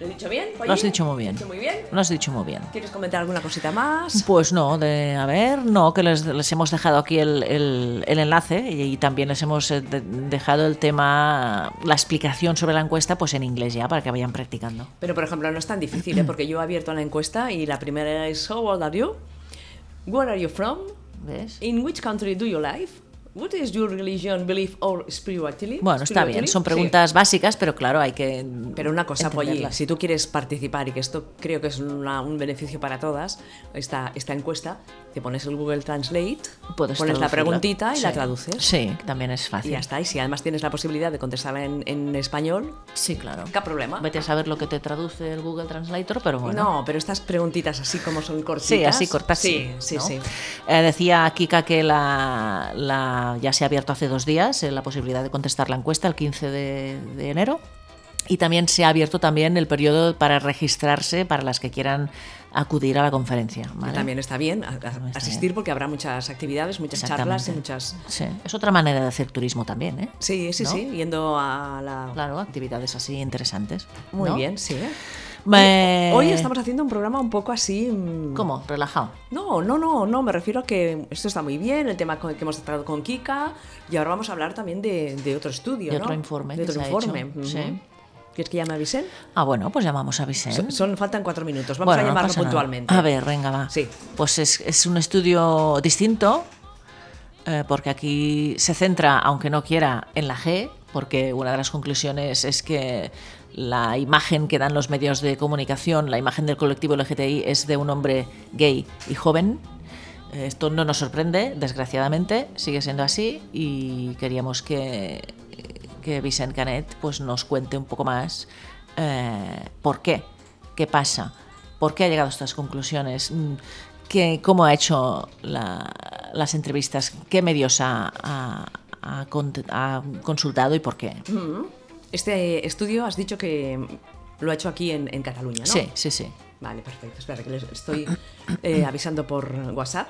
¿Lo he dicho bien?
Lo has dicho muy bien.
¿Lo he dicho muy bien?
Lo has dicho muy bien.
¿Quieres comentar alguna cosita más?
Pues no, de, a ver, no, que les, les hemos dejado aquí el, el- el enlace y, y también les hemos eh, de- dejado el tema, la explicación sobre la encuesta, pues en inglés ya, para que vayan practicando.
Pero, por ejemplo, no es tan difícil, ¿eh? porque yo he abierto la encuesta y la primera es How old are you? Where are you from?
¿Ves?
In which country do you live? What is your religion, belief or spirituality?
Bueno, está bien,
Spirituality?
son
Sí.
preguntas básicas, pero claro, hay que.
Pero una cosa, Polly,
entenderlas.
si tú quieres participar, y que esto creo que es una- un beneficio para todas, esta, esta encuesta, te pones el Google Translate,
Puedes
pones la
traducirla.
preguntita y la
Sí.
traduces.
Sí, también es
Y
fácil.
ya está. Y si además tienes la posibilidad de contestarla en, en español,
Sí, claro.
¿qué problema?
Vete a saber lo que te traduce el Google Translator, pero bueno.
No, pero estas preguntitas así como son cortitas.
Sí, así cortas.
Sí, sí,
¿no?
sí.
Eh, decía Kika que la, la- ya se ha abierto hace dos días eh, la posibilidad de contestar la encuesta el 15 de, de enero. Y también se ha abierto también el periodo para registrarse para las que quieran acudir a la conferencia.
Que
¿vale?
También está bien a- a-
bien.
asistir porque habrá muchas actividades, muchas
Exactamente.
charlas y muchas...
Sí. Es otra manera de hacer turismo también, ¿eh?
Sí, sí,
¿No?
sí, yendo a la...
Claro, actividades así interesantes.
Muy
¿no?
bien, sí. ¿eh?
Me-
Hoy estamos haciendo un programa un poco así... mm,
¿Cómo? Relajado.
No, no, no, no, me refiero a que esto está muy bien, el tema con- que hemos tratado con Kika, y ahora vamos a hablar también de, de otro estudio,
De
¿no?
otro informe
De
que
otro
se ha
informe.
hecho,
ujú.
sí.
¿Quieres que llame a Vicente?
Ah, bueno, pues llamamos a Vicente.
Son, son- faltan cuatro minutos, vamos
Bueno,
a
no
llamarlo
pasa nada.
puntualmente.
A ver, venga, va.
Sí.
Pues es, es un estudio distinto, eh, porque aquí se centra, aunque no quiera, en la G, porque una de las conclusiones es que la imagen que dan los medios de comunicación, la imagen del colectivo LGTBI, es de un hombre gay y joven. Eh, Esto no nos sorprende, desgraciadamente, sigue siendo así y queríamos que, que Vicent Canet pues, nos cuente un poco más eh, por qué, qué pasa, por qué ha llegado a estas conclusiones, mm, qué- cómo ha hecho la- las entrevistas, qué medios ha, ha- ha con- ha consultado y por qué.
Mm, Este estudio has dicho que lo ha hecho aquí en, en Cataluña, ¿no?
Sí, sí, sí.
Vale, perfecto. Espera, que les estoy eh, avisando por WhatsApp.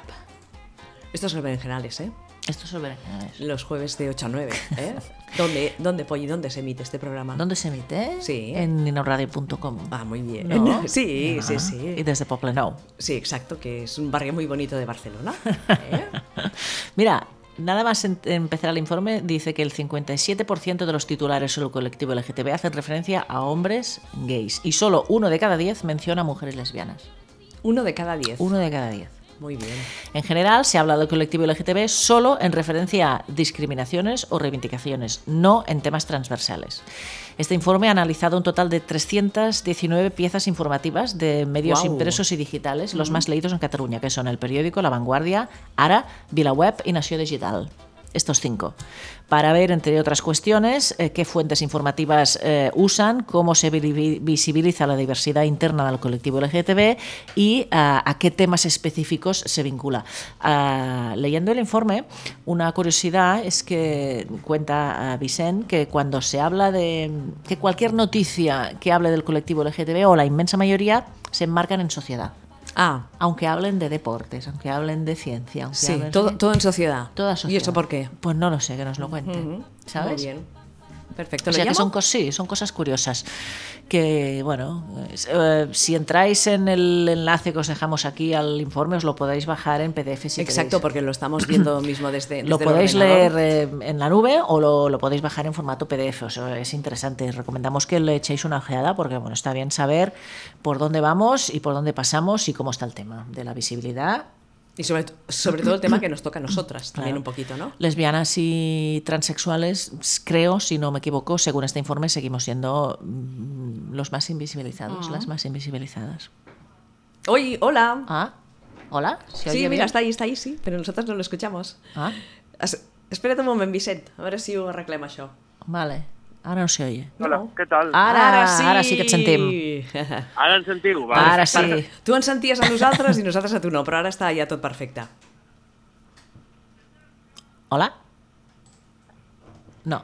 Estos son berenjenales, ¿eh?
Esto es el berenjenales.
Los jueves de 8 a 9, ¿eh? ¿Dónde, dónde Polly, dónde se emite este programa?
¿Dónde se emite?
Sí.
En inauradio.com.
Ah, muy bien.
¿No?
Sí,
Ah,
sí,
Y
sí.
desde Poblenou.
Sí, exacto, que es un barrio muy bonito de Barcelona. ¿eh?
Mira, nada más en- empezar el informe, dice que el 57% de los titulares sobre el colectivo LGTB hacen referencia a hombres gays y solo uno de cada 10 menciona a mujeres lesbianas.
Uno de cada diez.
Uno de cada 10.
Muy bien.
En general, se habla del colectivo LGTB solo en referencia a discriminaciones o reivindicaciones, no en temas transversales. Este informe ha analizado un total de 319 piezas informativas de medios
Guau.
impresos y digitales, los más leídos en Cataluña, que son El Periódico, La Vanguardia, Ara, VilaWeb y Nació Digital. Estos cinco. Para ver, entre otras cuestiones, eh, qué fuentes informativas eh, usan, cómo se vi- visibiliza la diversidad interna del colectivo LGTB y ah, a qué temas específicos se vincula. Ah, leyendo el informe, una curiosidad es que cuenta ah, Vicent que cuando se habla de que cualquier noticia que hable del colectivo LGTB o la inmensa mayoría se enmarcan en sociedad,
Ah,
aunque hablen de deportes, aunque hablen de ciencia, aunque
sí,
hablen
todo,
de-
todo en sociedad.
toda sociedad.
¿Y eso por qué?
Pues no lo sé, que nos lo cuente. ¿Sabes?
Muy bien. Perfecto.
O
¿Lo
sea que
llamo?
son, cos- sí, son cosas curiosas. Que bueno, es- eh, si entráis en el enlace que os dejamos aquí al informe, os lo podéis bajar en PDF si
Exacto,
queréis.
porque lo estamos viendo mismo desde, desde
Lo
el
podéis
ordenador.
leer eh, en la nube o lo, lo podéis bajar en formato PDF. O sea, es interesante. Recomendamos que le echéis una ojeada porque bueno, está bien saber por dónde vamos y por dónde pasamos y cómo está el tema de la visibilidad
Y sobre, to- sobre todo el tema que nos toca a nosotras también
eh. Claro.
un poquito, ¿no?
Lesbianas y transexuales, s- creo, si no me equivoco, según este informe, seguimos siendo
Ah.
mm, los más invisibilizados, las más invisibilizadas.
Oye, hola.
Ah, Hola, ¿se
sí,
oye
mira,
bien?
está ahí, está ahí, sí, pero nosotros no lo escuchamos.
Ah,
Es- Espera't un moment, Vicent, a veure si ho arreglem, això.
vale. Ara no se oye.
Hola,
No.
què tal?
Ara, ara sí que et sentim.
Ara ens sentiu? Va.
Ara sí.
Tu ens senties a nosaltres i nosaltres a tu no, però ara està ja tot perfecte.
Hola? No.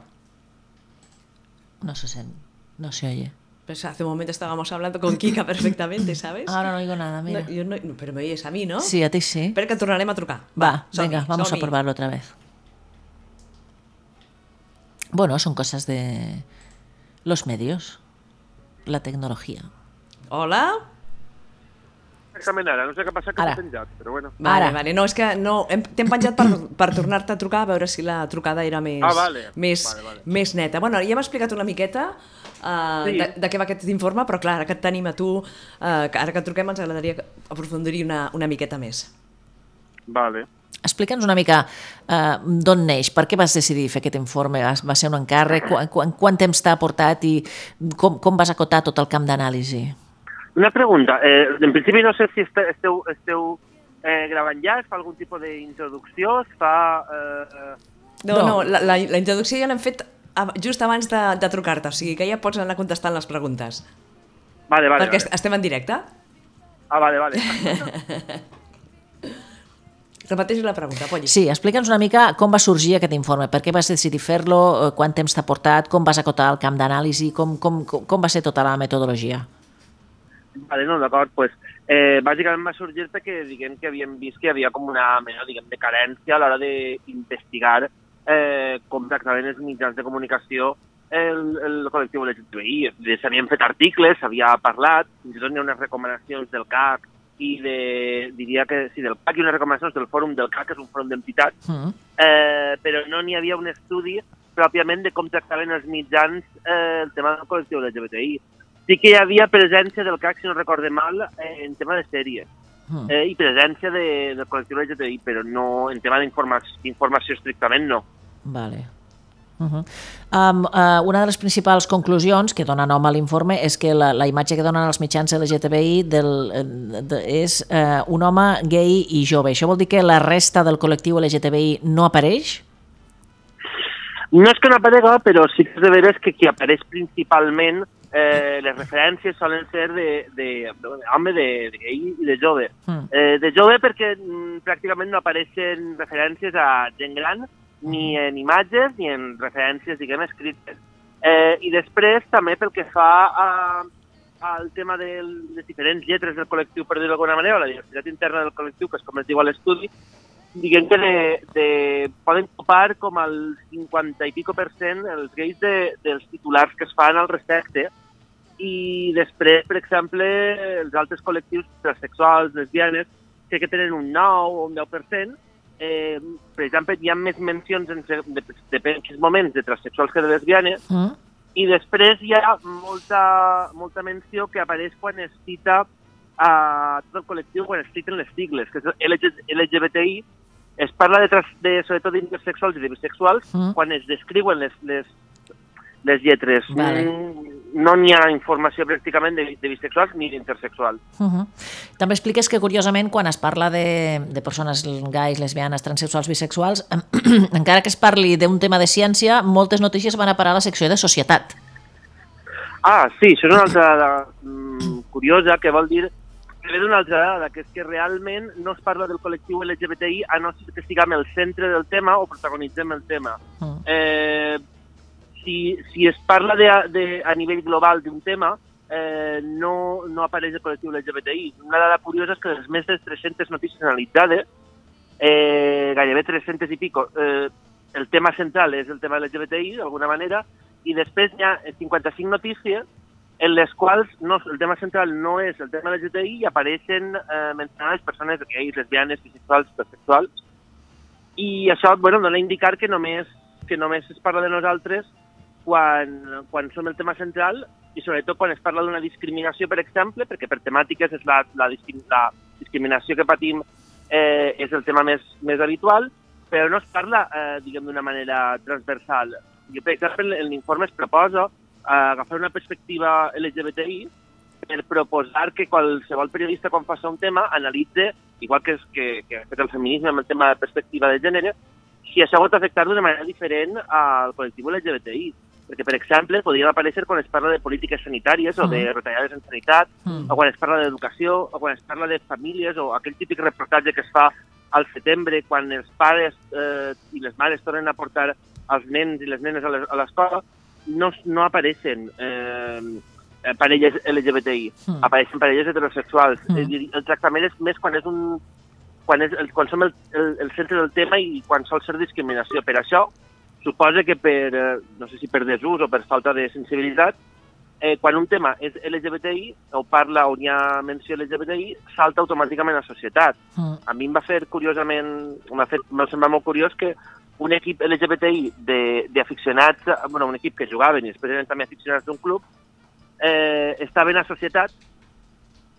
No se sent. No se oye.
Pues hace un momento estábamos hablando con Kika perfectamente, ¿sabes?
Ahora no oigo nada, mira.
No, yo no- no, pero me oyes a mí, ¿no?
Sí, a ti sí.
Espera que tornarem a trucar.
Va,
som-hi,
venga, vamos a
som-hi.
probarlo otra vez. Bueno, son cosas de los medios, la tecnología.
Hola?
Exactament ara, no sé què passa que
Ara.
s'ha penjat, però bueno.
Vale,
Ara.
vale. No, és que no, hem- t'hem penjat per, per tornar-te a trucar a veure si la trucada era més,
Ah, vale.
més,
Vale, vale.
més neta. Bueno, ja hem explicat una miqueta uh,
Sí.
de, de què va aquest informe, però clar, ara que et tenim a tu, uh, ara que et truquem ens agradaria aprofundir una, una miqueta més.
Vale.
Explica'ns una mica eh, d'on neix, per què vas decidir fer aquest informe, Vas- va ser un encàrrec, quan, quan, quant temps t'ha portat i com, com vas acotar tot el camp d'anàlisi?
Una pregunta. Eh, en principi no sé si este- esteu, esteu eh, gravant ja, es fa algun tipus d'introducció, es fa... Eh, eh,
No,
No.
no, la, la, la introducció ja l'hem fet ab- just abans de, de trucar-te, o sigui que ja pots anar contestant les preguntes.
vale, vale.
perquè
vale.
estem en directe.
Ah, vale, vale.
Repeteixo la pregunta, Polly.
Sí, explica'ns una mica com va sorgir aquest informe, per què vas decidir fer-lo, eh, quant temps t'ha portat, com vas acotar el camp d'anàlisi, com, com, com com va ser tota la metodologia.
Vale, no, d'acord, pues, eh, bàsicament va sorgir que diguem que havíem vist que hi havia com una mena diguem, de carència a l'hora d'investigar eh, com tractaven els mitjans de comunicació el, el col·lectiu LGTBI. És a dir, S'havien fet articles, s'havia parlat, fins i tot hi ha unes recomanacions del CAC i de, diria que sí, del CAC i unes recomanacions del fòrum del CAC, que és un fòrum d'entitats,
Mm.
eh, però no n'hi havia un estudi pròpiament de com tractaven els mitjans eh, el tema del col·lectiu LGBTI. Sí que hi havia presència del CAC, si no recorde mal, eh, en tema de sèries
Mm.
eh, i presència de, del col·lectiu LGBTI, però no en tema d'informació informació estrictament no.
Vale. Uh -huh. um, uh, una de les principals conclusions que dona nom a l'informe és que la, la imatge que donen els mitjans LGTBI del, eh, de, és uh, un home gay i jove. Això vol dir que la resta del col·lectiu LGTBI no apareix?
No és que no aparega, però sí que és de veres que qui apareix principalment eh, les referències solen ser de, de, de home, de, de gay i de jove.
Mm.
Eh, de jove perquè mm, pràcticament no apareixen referències a gent gran, ni en imatges ni en referències, diguem, escrites. Eh, I després també pel que fa a, al tema de les diferents lletres del col·lectiu, per dir-ho d'alguna manera, o la diversitat interna del col·lectiu, que és com es diu a l'estudi, diguem que de, de, poden ocupar com el 50 i pico per cent els gais de, dels titulars que es fan al respecte, i després, per exemple, els altres col·lectius transsexuals, lesbianes, sé que tenen un 9 o un 10%, eh, per exemple, hi ha més mencions en, de, de, de, de moments de transsexuals que de lesbianes,
Mm.
i després hi ha molta, molta menció que apareix quan es cita a tot el col·lectiu, quan es citen les sigles, que és LG LGBTI, es parla de, trans, de sobretot d'intersexuals i de bisexuals
Mm.
quan es descriuen les, les, les lletres.
Vale.
Mm, No n'hi ha informació pràcticament de, de bisexuals ni d'intersexuals.
Uh -huh. També expliques que, curiosament, quan es parla de, de persones gais, lesbianes, transsexuals, bisexuals, encara que es parli d'un tema de ciència, moltes notícies van a parar a la secció de societat.
Ah, sí, això és una altra dada mm, curiosa, que vol dir que ve d'una altra dada, que és que realment no es parla del col·lectiu LGBTI a no ser que siguem el centre del tema o protagonitzem el tema.
Mm.
Eh, si, si es parla de, de, a nivell global d'un tema, eh, no, no apareix el col·lectiu LGBTI. Una dada curiosa és que les més de 300 notícies analitzades, eh, gairebé 300 i pico, eh, el tema central és el tema LGBTI, d'alguna manera, i després hi ha 55 notícies en les quals no, el tema central no és el tema LGTBI i apareixen eh, mencionades persones gais, lesbianes, bisexuals, transsexuals, i això bueno, dona a indicar que només, que només es parla de nosaltres quan, quan som el tema central i sobretot quan es parla d'una discriminació, per exemple, perquè per temàtiques és la, la, discrim, la discriminació que patim eh, és el tema més, més habitual, però no es parla eh, diguem d'una manera transversal. Jo, per exemple, en- en l'informe es proposa eh, agafar una perspectiva LGBTI per proposar que qualsevol periodista quan faci un tema analitze igual que, és, que, que respecte al feminisme amb el tema de perspectiva de gènere, si això pot afectar d'una manera diferent al col·lectiu LGBTI. Perquè, per exemple, podria aparèixer quan es parla de polítiques sanitàries o de retallades en sanitat,
Mm.
o quan es parla d'educació, o quan es parla de famílies, o aquell típic reportatge que es fa al setembre, quan els pares eh, i les mares tornen a portar els nens i les nenes a les- a l'escola, no, s- no apareixen eh, eh, parelles LGBTI,
Mm.
apareixen parelles heterosexuals.
Mm.
Mm. És a dir, el tractament és més quan és un quan, és el, quan som el, el, el centre del tema i quan sol ser discriminació. Per això, suposa que per, eh, no sé si per desús o per falta de sensibilitat, eh, quan un tema és LGBTI o parla on hi ha menció LGBTI, salta automàticament a la societat.
Mm.
A mi em va fer curiosament, em va fer, em sembla molt curiós que un equip LGBTI de- d'aficionats, bueno, un equip que jugaven i després eren també aficionats d'un club, eh, estaven a societat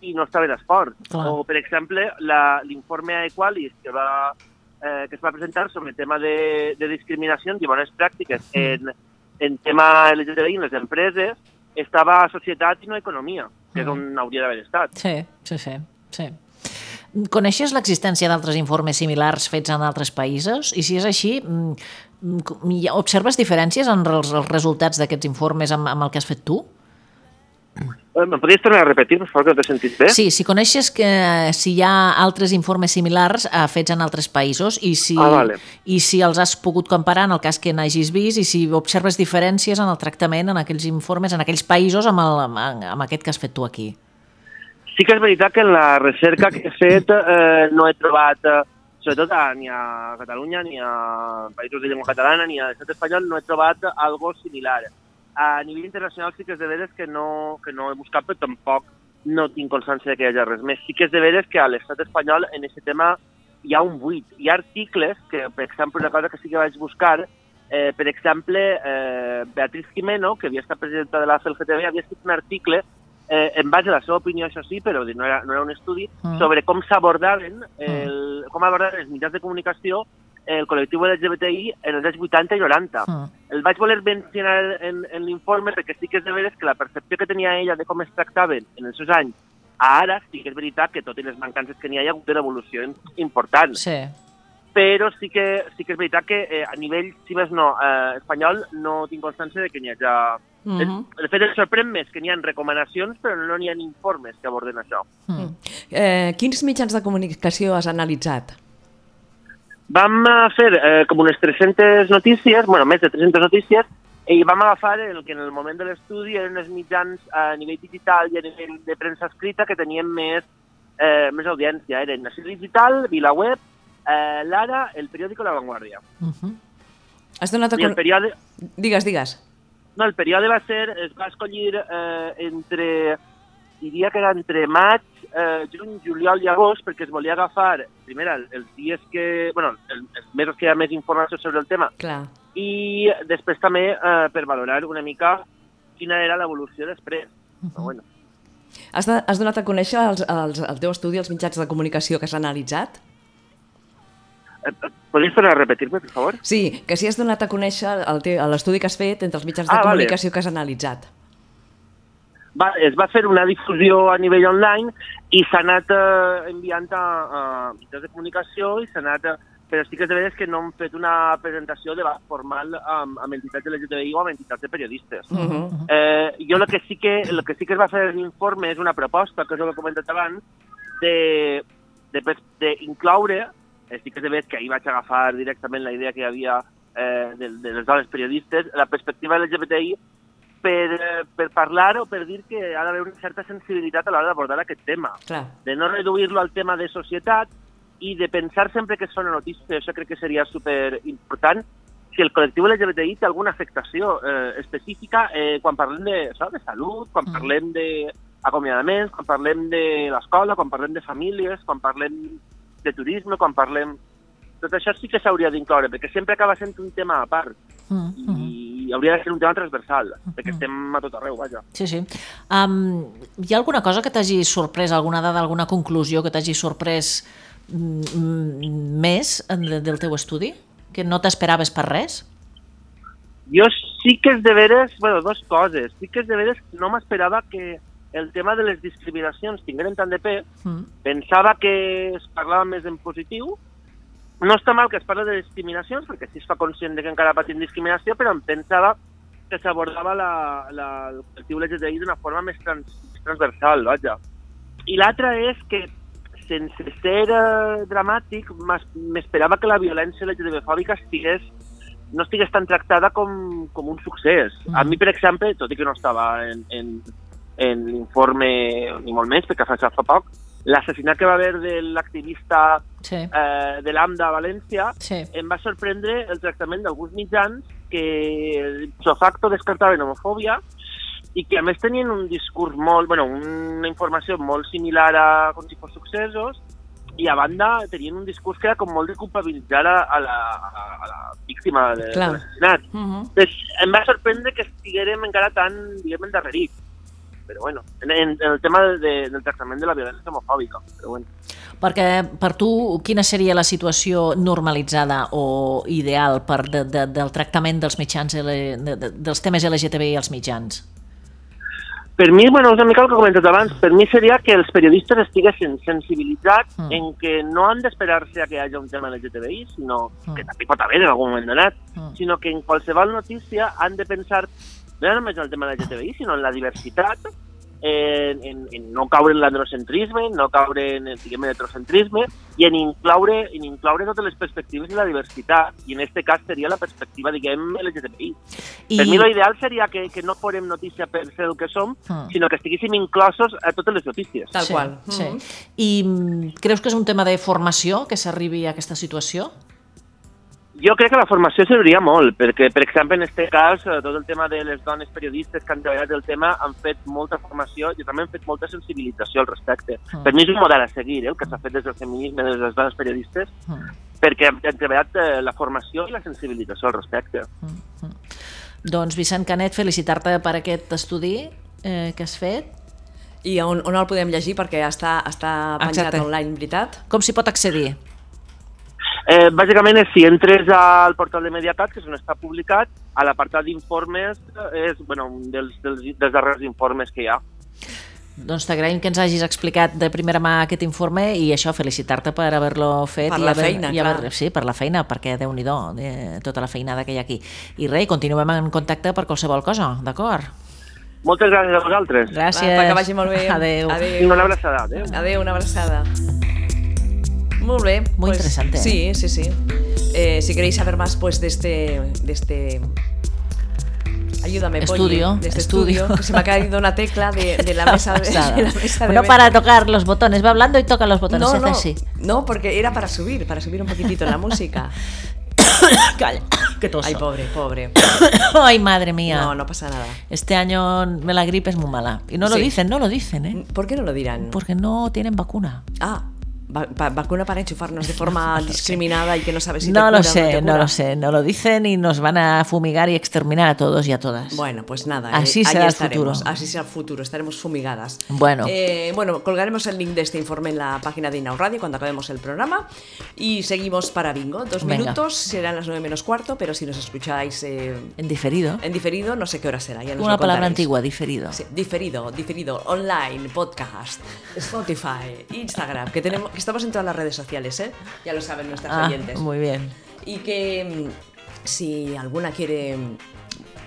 i no estaven a esport.
Clar.
O, per exemple, la- l'informe a Equalis que va eh, que es va presentar sobre el tema de, de discriminació i bones pràctiques en, en tema LGTBI en les empreses estava a societat i no a economia, que és on hauria d'haver estat.
Sí, sí, sí, sí. Coneixes l'existència d'altres informes similars fets en altres països? I si és així, mm, mm, com- hi ha- observes diferències en els, els resultats d'aquests informes amb, amb el que has fet tu?
Eh, Em podries tornar a repetir, per favor, que no t'he sentit bé?
Sí, si coneixes que eh, si hi ha altres informes similars eh, fets en altres països i si,
Ah, vale.
i si els has pogut comparar en el cas que n'hagis vist i si observes diferències en el tractament en aquells informes, en aquells països amb, el, amb, amb aquest que has fet tu aquí.
Sí que és veritat que en la recerca que he fet eh, no he trobat, eh, sobretot a, ni a Catalunya, ni a països de llengua catalana, ni a l'estat espanyol, no he trobat algo similar. A nivell internacional sí que és de veres que no, que no he buscat, però tampoc no tinc constància de que hi hagi res més. Sí que és de veres que a l'estat espanyol en aquest tema hi ha un buit. Hi ha articles que, per exemple, una cosa que sí que vaig buscar, eh, per exemple, eh, Beatriz Jimeno, que havia estat presidenta de la FLGTB, havia escrit un article eh, en base a la seva opinió, això sí, però no era, no era un estudi,
Mm.
sobre com s'abordaven el- com abordaven els mitjans de comunicació el col·lectiu LGBTI en els anys 80 i 90.
Mm.
El vaig voler mencionar en, en l'informe perquè sí que és de veres que la percepció que tenia ella de com es tractaven en els seus anys a ara sí que és veritat que tot i les mancances que n'hi ha, hi ha hagut una evolució important
Sí.
però sí que, sí que és veritat que eh, a nivell, si més no, eh, espanyol, no tinc constància de que n'hi hagi... Uh
Mhm.
De fet, em sorprèn més que n'hi ha recomanacions, però no n'hi ha informes que aborden això.
Mm.
Eh, quins mitjans de comunicació has analitzat?
Vam eh, fer eh, com unes 300 notícies, bueno, més de 300 notícies, i vam agafar el que en el moment de l'estudi eren els mitjans eh, a nivell digital i a nivell de premsa escrita que tenien més, eh, més audiència. Eren Nació Digital, VilaWeb, eh, l'Ara, El Periódico La Vanguardia.
Mhm.
Has donat a
I el
con...
període,
Digues, digues.
No, el període va ser, es va escollir eh, entre, diria que era entre maig, eh, juny, juliol i agost, perquè es volia agafar, primera, el- els dies que, bueno, el, els mesos que hi ha més informació sobre el tema,
Clar.
i després també eh, per valorar una mica quina era l'evolució després. Però bueno,
Has, de, has donat a conèixer els, els, el teu estudi, els mitjans de comunicació que has analitzat?
eh, podries tornar a repetir-me, per favor?
Sí, que si has donat a conèixer el te- l'estudi que has fet entre els mitjans de
Ah, vale.
comunicació que has analitzat.
va, es va fer una difusió a nivell online i s'ha anat eh, enviant a, a mitjans de comunicació i s'ha anat... eh, però sí que és de veres que no han fet una presentació de debat formal amb, amb entitats de LGTBI o amb entitats de periodistes.
Uh -huh.
Eh, jo el que sí que, el que sí que es va fer en l'informe és una proposta, que us ho he comentat abans, de, de, pres- de incloure, eh, sí que és de que ahir vaig agafar directament la idea que hi havia eh, de, de les dones periodistes, la perspectiva LGBTI per, eh, per parlar o per dir que ha d'haver una certa sensibilitat a l'hora d'abordar aquest tema
Clar.
de no reduir-lo al tema de societat i de pensar sempre que són notícies. Això crec que seria super important si el col·lectiu LGBTI té alguna afectació eh, específica eh, quan parlem de, això, de salut, quan parlem de acomiadaments, quan parlem de l'escola, quan parlem de famílies, quan parlem de turisme, quan parlem... Tot això sí que s'hauria d'incloure, perquè sempre acaba sent un tema a part
Mm,
i
mhm.
hauria de ser un tema transversal, perquè estem a tot arreu, vaja.
Sí, sí. Um, hi ha alguna cosa que t'hagi sorprès, alguna dada, alguna conclusió que t'hagi sorprès mm, mm, més de, del teu estudi? Que no t'esperaves per res?
Jo sí que és de veres, bueno, dos coses. Sí que és de veres que no m'esperava que el tema de les discriminacions tingueren tant de pes, mm. pensava que es parlava més en positiu. No està mal que es parla de discriminacions, perquè sí es fa conscient de que encara patim discriminació, però em pensava que s'abordava la, la, el col·lectiu LGTBI d'una forma més trans, transversal, vaja. I l'altra és que, sense ser eh, dramàtic, m'esperava que la violència LGTB-fòbica estigués no estigués tan tractada com, com un succés. Mm. A mi, per exemple, tot i que no estava en, en, en l'informe ni molt més, perquè fa, fa poc, l'assassinat que va haver de l'activista
Sí.
eh, de l'AMDA a València
Sí.
em va sorprendre el tractament d'alguns mitjans que so facto descartaven homofòbia i que a més tenien un discurs molt, bueno, una informació molt similar a com si fos successos i a banda tenien un discurs que era com molt de culpabilitzar a, a, la, a, la, a la víctima de, de
Clar.
l'assassinat.
Ujú.
Pues, em va sorprendre que estiguérem encara tan, diguem, endarrerits. Però bueno, en, en, en el tema de, de, del tractament de la violència homofòbica. Però bueno.
Perquè per tu, quina seria la situació normalitzada o ideal per de, de, del tractament dels mitjans, L- de, de, dels temes LGTBI als mitjans?
Per mi, bueno, és una mica el que he comentat abans, per mi seria que els periodistes estiguessin sensibilitzats
Mm.
mm. en que no han d'esperar-se a que hi hagi un tema LGTBI, sinó
Mm.
mm. que també pot haver en algun moment donat,
Mm.
mm. sinó que en qualsevol notícia han de pensar no només en el tema LGTBI, sinó en la diversitat, en, en, en no caure en l'androcentrisme, en no caure en, el, diguem, l'heterocentrisme, i en incloure, en incloure totes les perspectives de la diversitat, i en aquest cas seria la perspectiva, diguem, LGTBI.
I,
Per mi l'ideal seria que, que no farem notícia per ser el que som,
Mm.
sinó que estiguéssim inclosos a totes les notícies.
Tal cual.
Sí.
Ujú.
I mm, creus que és un tema de formació que s'arribi a aquesta situació?
Jo crec que la formació serviria molt, perquè, per exemple, en aquest cas, eh, tot el tema de les dones periodistes que han treballat el tema han fet molta formació i també han fet molta sensibilització al respecte.
Mm.
Per mi és un model a seguir, eh, el que s'ha fet des del feminisme, des de les dones periodistes,
Mm.
perquè han han treballat eh, la formació i la sensibilització al respecte.
Doncs Vicent Canet, felicitar-te per aquest estudi eh, que has fet.
I on, on el podem llegir perquè està, està penjat
Exacte.
online, veritat?
Com s'hi pot accedir?
Eh, bàsicament, és si entres al portal de Mediacat, que és on està publicat, a l'apartat d'informes, eh, és bueno, un dels, dels, dels darrers informes que hi ha.
Doncs t'agraïm que ens hagis explicat de primera mà aquest informe i això, felicitar-te per haver-lo fet.
Per
i
la
haver,
feina,
i haver,
clar.
Sí, per la feina, perquè déu nhi eh, tota la feinada que hi ha aquí. I rei, continuem en contacte per qualsevol cosa, d'acord?
Moltes gràcies a vosaltres.
Gràcies.
Va, que vagi molt bé.
Adéu.
I
Adéu.
una abraçada. Adéu.
Adéu, una abraçada. Muy bien.
Muy interesante,
Sí, sí, sí. Eh, si queréis saber más pues de este... De este Ayúdame, Polly,
Estudio,
de este
estudio.
estudio. que se me ha caído una tecla de, de la mesa de,
Pasada.
de la mesa de
Uno
venta.
para tocar los botones, va hablando y toca los botones,
no,
se hace
no,
así.
no, porque era para subir, para subir un poquitito la música.
Calla, que toso.
Ay, pobre, pobre.
Ay, madre mía.
No, no pasa nada.
Este año me la gripe es muy mala. Y no lo
Sí. Mm.
dicen, no lo dicen, ¿eh?
¿Por qué no lo dirán?
Porque no tienen vacuna.
Ah, va- va- vacuna para enchufarnos de forma discriminada y que no sabes si te
no lo
cura o te
sé, no,
cura.
lo sé, no lo dicen y nos van a fumigar y exterminar a todos y a todas.
Bueno, pues nada,
Así
eh, ahí
será el
estaremos,
futuro.
Así será el futuro, estaremos fumigadas.
Bueno.
Eh, bueno, colgaremos el link de este informe en la página de Inau Radio cuando acabemos el programa. Y seguimos para Bingo. Dos
Venga.
minutos, serán las 9 menos cuarto, pero si nos escucháis eh,
En diferido.
en diferido, no sé qué hora será. Ya nos
Una
lo
palabra
contaréis.
antigua, diferido.
Sí, diferido, diferido, online, podcast, Spotify, Instagram, que tenemos, que estamos en todas las redes sociales, ¿eh? Ya lo saben nuestras
Ah,
oyentes.
muy bien.
Y que mm, si alguna quiere, mm,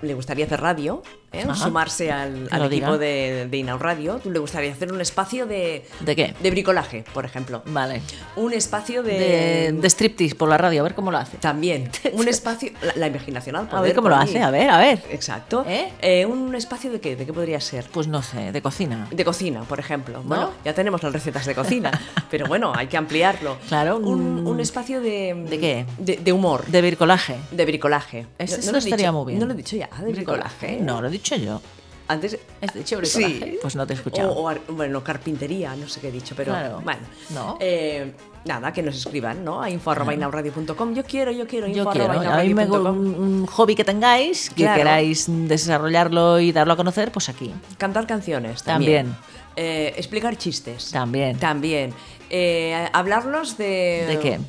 le gustaría hacer radio, ¿eh?
Ajá.
sumarse al,
Que
al
lo diga.
equipo de, de Inau Radio, le gustaría hacer un espacio de,
¿De qué?
de bricolaje, por ejemplo.
Vale.
Un espacio
De,
de...
de striptease por la radio, a ver cómo lo hace.
también, un espacio... La, la imaginación al
A
poder,
ver cómo lo
Tony.
hace, a ver, a ver.
Exacto.
¿Eh?
Eh, ¿Un espacio de qué? ¿De qué podría ser?
Pues no sé, de cocina.
De cocina, por ejemplo. Bueno, ya tenemos las recetas de cocina, pero bueno, hay que ampliarlo.
Claro,
Un,
un-
un espacio de...
¿De qué?
De, de humor.
De bricolaje.
De bricolaje.
Ese
No- no
sí lo
lo he
estaría
dicho-
muy bien.
No lo he dicho ya, de bricolaje. ¿eh?
No, lo he dicho yo.
Antes.
¿Has dicho bricolaje?
Sí.
Pues no te he escuchado.
O, o ar- bueno, carpintería, no sé qué he dicho, pero
Claro.
bueno.
No.
Eh, nada, que nos escriban, ¿no? A info.inauradio.com. Yo quiero, yo quiero,
Yo quiero, ¿eh? a mí me gu-
info.inauradio.com.
un, un hobby que tengáis, que
Claro.
queráis desarrollarlo y darlo a conocer, pues aquí.
Cantar canciones
También.
también. Eh, explicar chistes.
También.
También. Eh, hablarnos de.
¿De qué?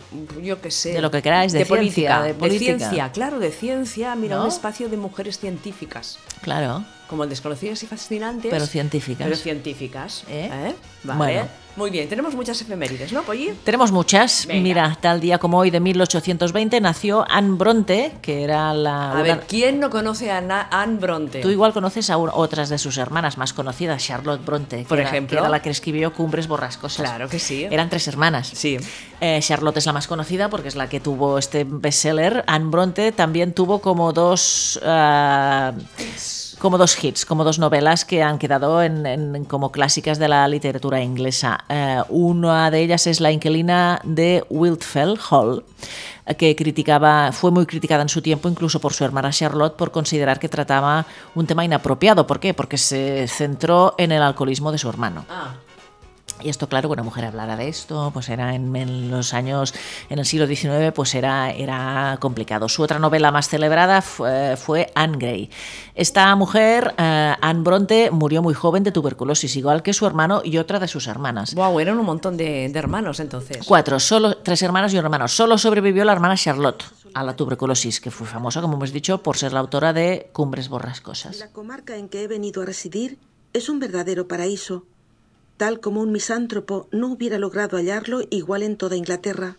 Yo qué sé.
De lo que queráis, de
política,
ciencia, de
de
política.
ciencia, claro, de ciencia. Mira,
¿No?
un espacio de mujeres científicas.
Claro.
como desconocidas y fascinantes.
Pero científicas.
Pero científicas.
¿Eh?
¿eh? Vale.
Bueno.
Muy bien, tenemos muchas efemérides, ¿no, Polly?
Tenemos muchas.
Venga.
Mira, tal día como hoy de 1820 nació Anne Bronte, que era la...
A
una-
ver, ¿quién no conoce a Na- Anne Bronte?
Tú igual conoces a un- otras de sus hermanas más conocidas, Charlotte Bronte, que
Por
era-
ejemplo.
que era la que escribió Cumbres Borrascosas.
Claro que sí.
Eran tres hermanas.
Sí.
Eh, Charlotte es la más conocida porque es la que tuvo este bestseller. Anne Bronte también tuvo como dos ah, como dos hits, como dos novelas que han quedado en, en- como clásicas de la literatura inglesa. Eh, una de ellas es La inquilina de Wiltfell Hall, eh, que criticaba, fue muy criticada en su tiempo, incluso por su hermana Charlotte, por considerar que trataba un tema inapropiado. ¿Por qué? Porque se centró en el alcoholismo de su hermano.
Ah,
Y esto, claro, que una mujer hablara de esto, pues era en, en los años, en el siglo XIX, pues era, era complicado. Su otra novela más celebrada fue, fue Anne Grey. Esta mujer, eh, Anne Bronte, murió muy joven de tuberculosis, igual que su hermano y otra de sus hermanas.
wow, eran un montón de, de hermanos entonces.
Cuatro, solo tres hermanos y un hermano. Solo sobrevivió la hermana Charlotte a la tuberculosis, que fue famosa, como hemos dicho, por ser la autora de Cumbres Borrascosas.
La comarca en que he venido a residir es un verdadero paraíso, tal como un misántropo no hubiera logrado hallarlo igual en toda Inglaterra.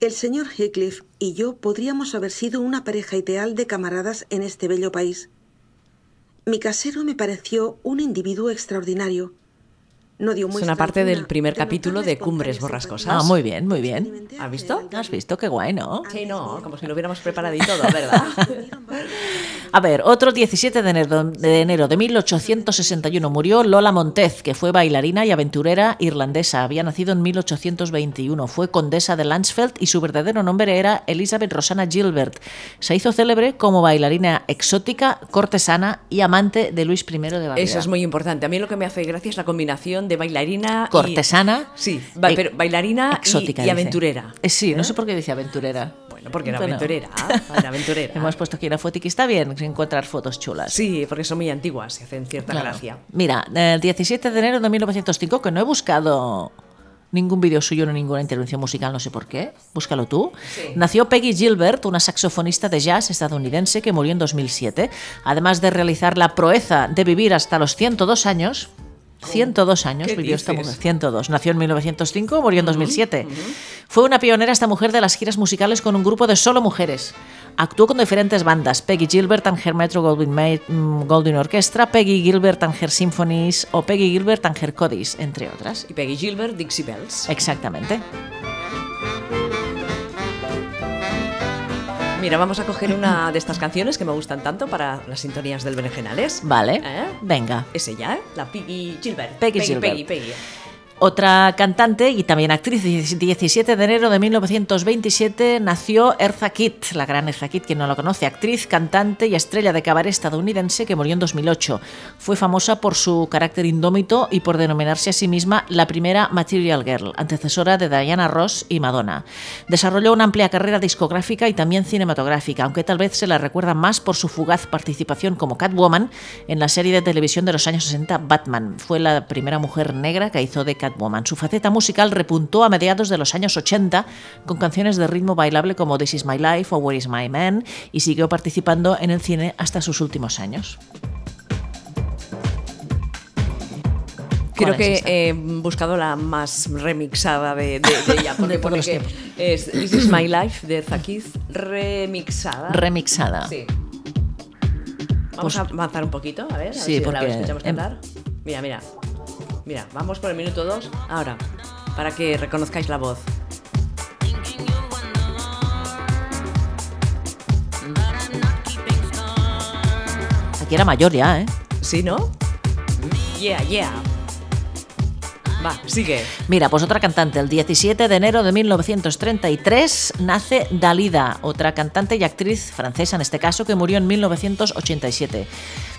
El señor Heathcliff y yo podríamos haber sido una pareja ideal de camaradas en este bello país. Mi casero me pareció un individuo extraordinario. No dio
Es
muestra
una parte del
alguna
primer
notar la
capítulo de Cumbres
espontánea
Borrascosas.
simpatía.
Ah, muy bien, muy bien.
Experimenté
¿Has visto?
¿Has visto? Qué guay, ¿no?
Sí, no, como si lo hubiéramos preparado y todo, ¿verdad?
A ver, otro 17 de enero, de enero de 1861 murió Lola Montez, que fue bailarina y aventurera irlandesa. Había nacido en 1821, fue condesa de Landsfeld y su verdadero nombre era Elizabeth Rosanna Gilbert. Se hizo célebre como bailarina exótica, cortesana y amante de Luis I de Baviera.
Eso es muy importante. A mí lo que me hace gracia es la combinación de bailarina y-
cortesana.
Sí, ba-
eh,
pero bailarina y-
exótica,
y,
dice.
aventurera.
Eh, sí, no sé por qué dice aventurera.
Bueno, porque era
Bueno.
aventurera, era aventurera.
Hemos puesto aquí una fotiqui, está bien encontrar fotos chulas.
Sí, porque son muy antiguas y hacen cierta
Claro.
gracia.
Mira, el 17 de enero de 1905, que no he buscado ningún vídeo suyo ni ninguna intervención musical, no sé por qué, búscalo tú. Nació Peggy Gilbert, una saxofonista de jazz estadounidense que murió en 2007. Además de realizar la proeza de vivir hasta los 102 años, 102 años
Oh. ¿Qué
vivió esta
dices?
mujer, 102. Nació en 1905, murió en 2007. Fue una pionera esta mujer de las giras musicales con un grupo de solo mujeres. Actuó con diferentes bandas, Peggy Gilbert and Her Metro Goldwyn, Ma- mm, Goldwyn Orchestra, Peggy Gilbert and Her Symphonies o Peggy Gilbert and Her Codis, entre otras.
Y Peggy Gilbert, Dixie Bells.
Exactamente.
Mira, vamos a coger una de estas canciones que me gustan tanto para las sintonías del Berenjenales.
Vale.
¿Eh?
Venga.
Es ella, ¿eh? La Peggy Gilbert.
Peggy
Peggy,
Gilbert.
Peggy, Peggy.
Otra cantante y también actriz, 17 de enero de 1927 nació Erza Kitt, la gran Erza Kitt, quien no la conoce, actriz, cantante y estrella de cabaret estadounidense que murió en 2008. Fue famosa por su carácter indómito y por denominarse a sí misma la primera Material Girl, antecesora de Diana Ross y Madonna. Desarrolló una amplia carrera discográfica y también cinematográfica, aunque tal vez se la recuerda más por su fugaz participación como Catwoman en la serie de televisión de los años 60 Batman. Fue la primera mujer negra que hizo de Catwoman. Su faceta musical repuntó a mediados de los años 80 con canciones de ritmo bailable como This Is My Life o Where Is My Man y siguió participando en el cine hasta sus últimos años.
Creo
Con
que
esa.
he buscado la más remixada de, de- de ella, porque
De todos
pone
los
que
tiempos.
es This Is My Life de Zakiz remixada.
Remixada.
Sí. Vamos a avanzar un poquito, a ver, a ver
Pues Sí,
si la
porque
escuchamos
em-
cantar. Mira, mira. Mira, vamos por el minuto 2 ahora, para que reconozcáis la voz.
Aquí era mayor ya, ¿eh?
¿Sí, no? Yeah, yeah. Va, sigue.
Mira, pues otra cantante. El 17 de enero de 1933 nace Dalida, otra cantante y actriz francesa en este caso, que murió en 1987.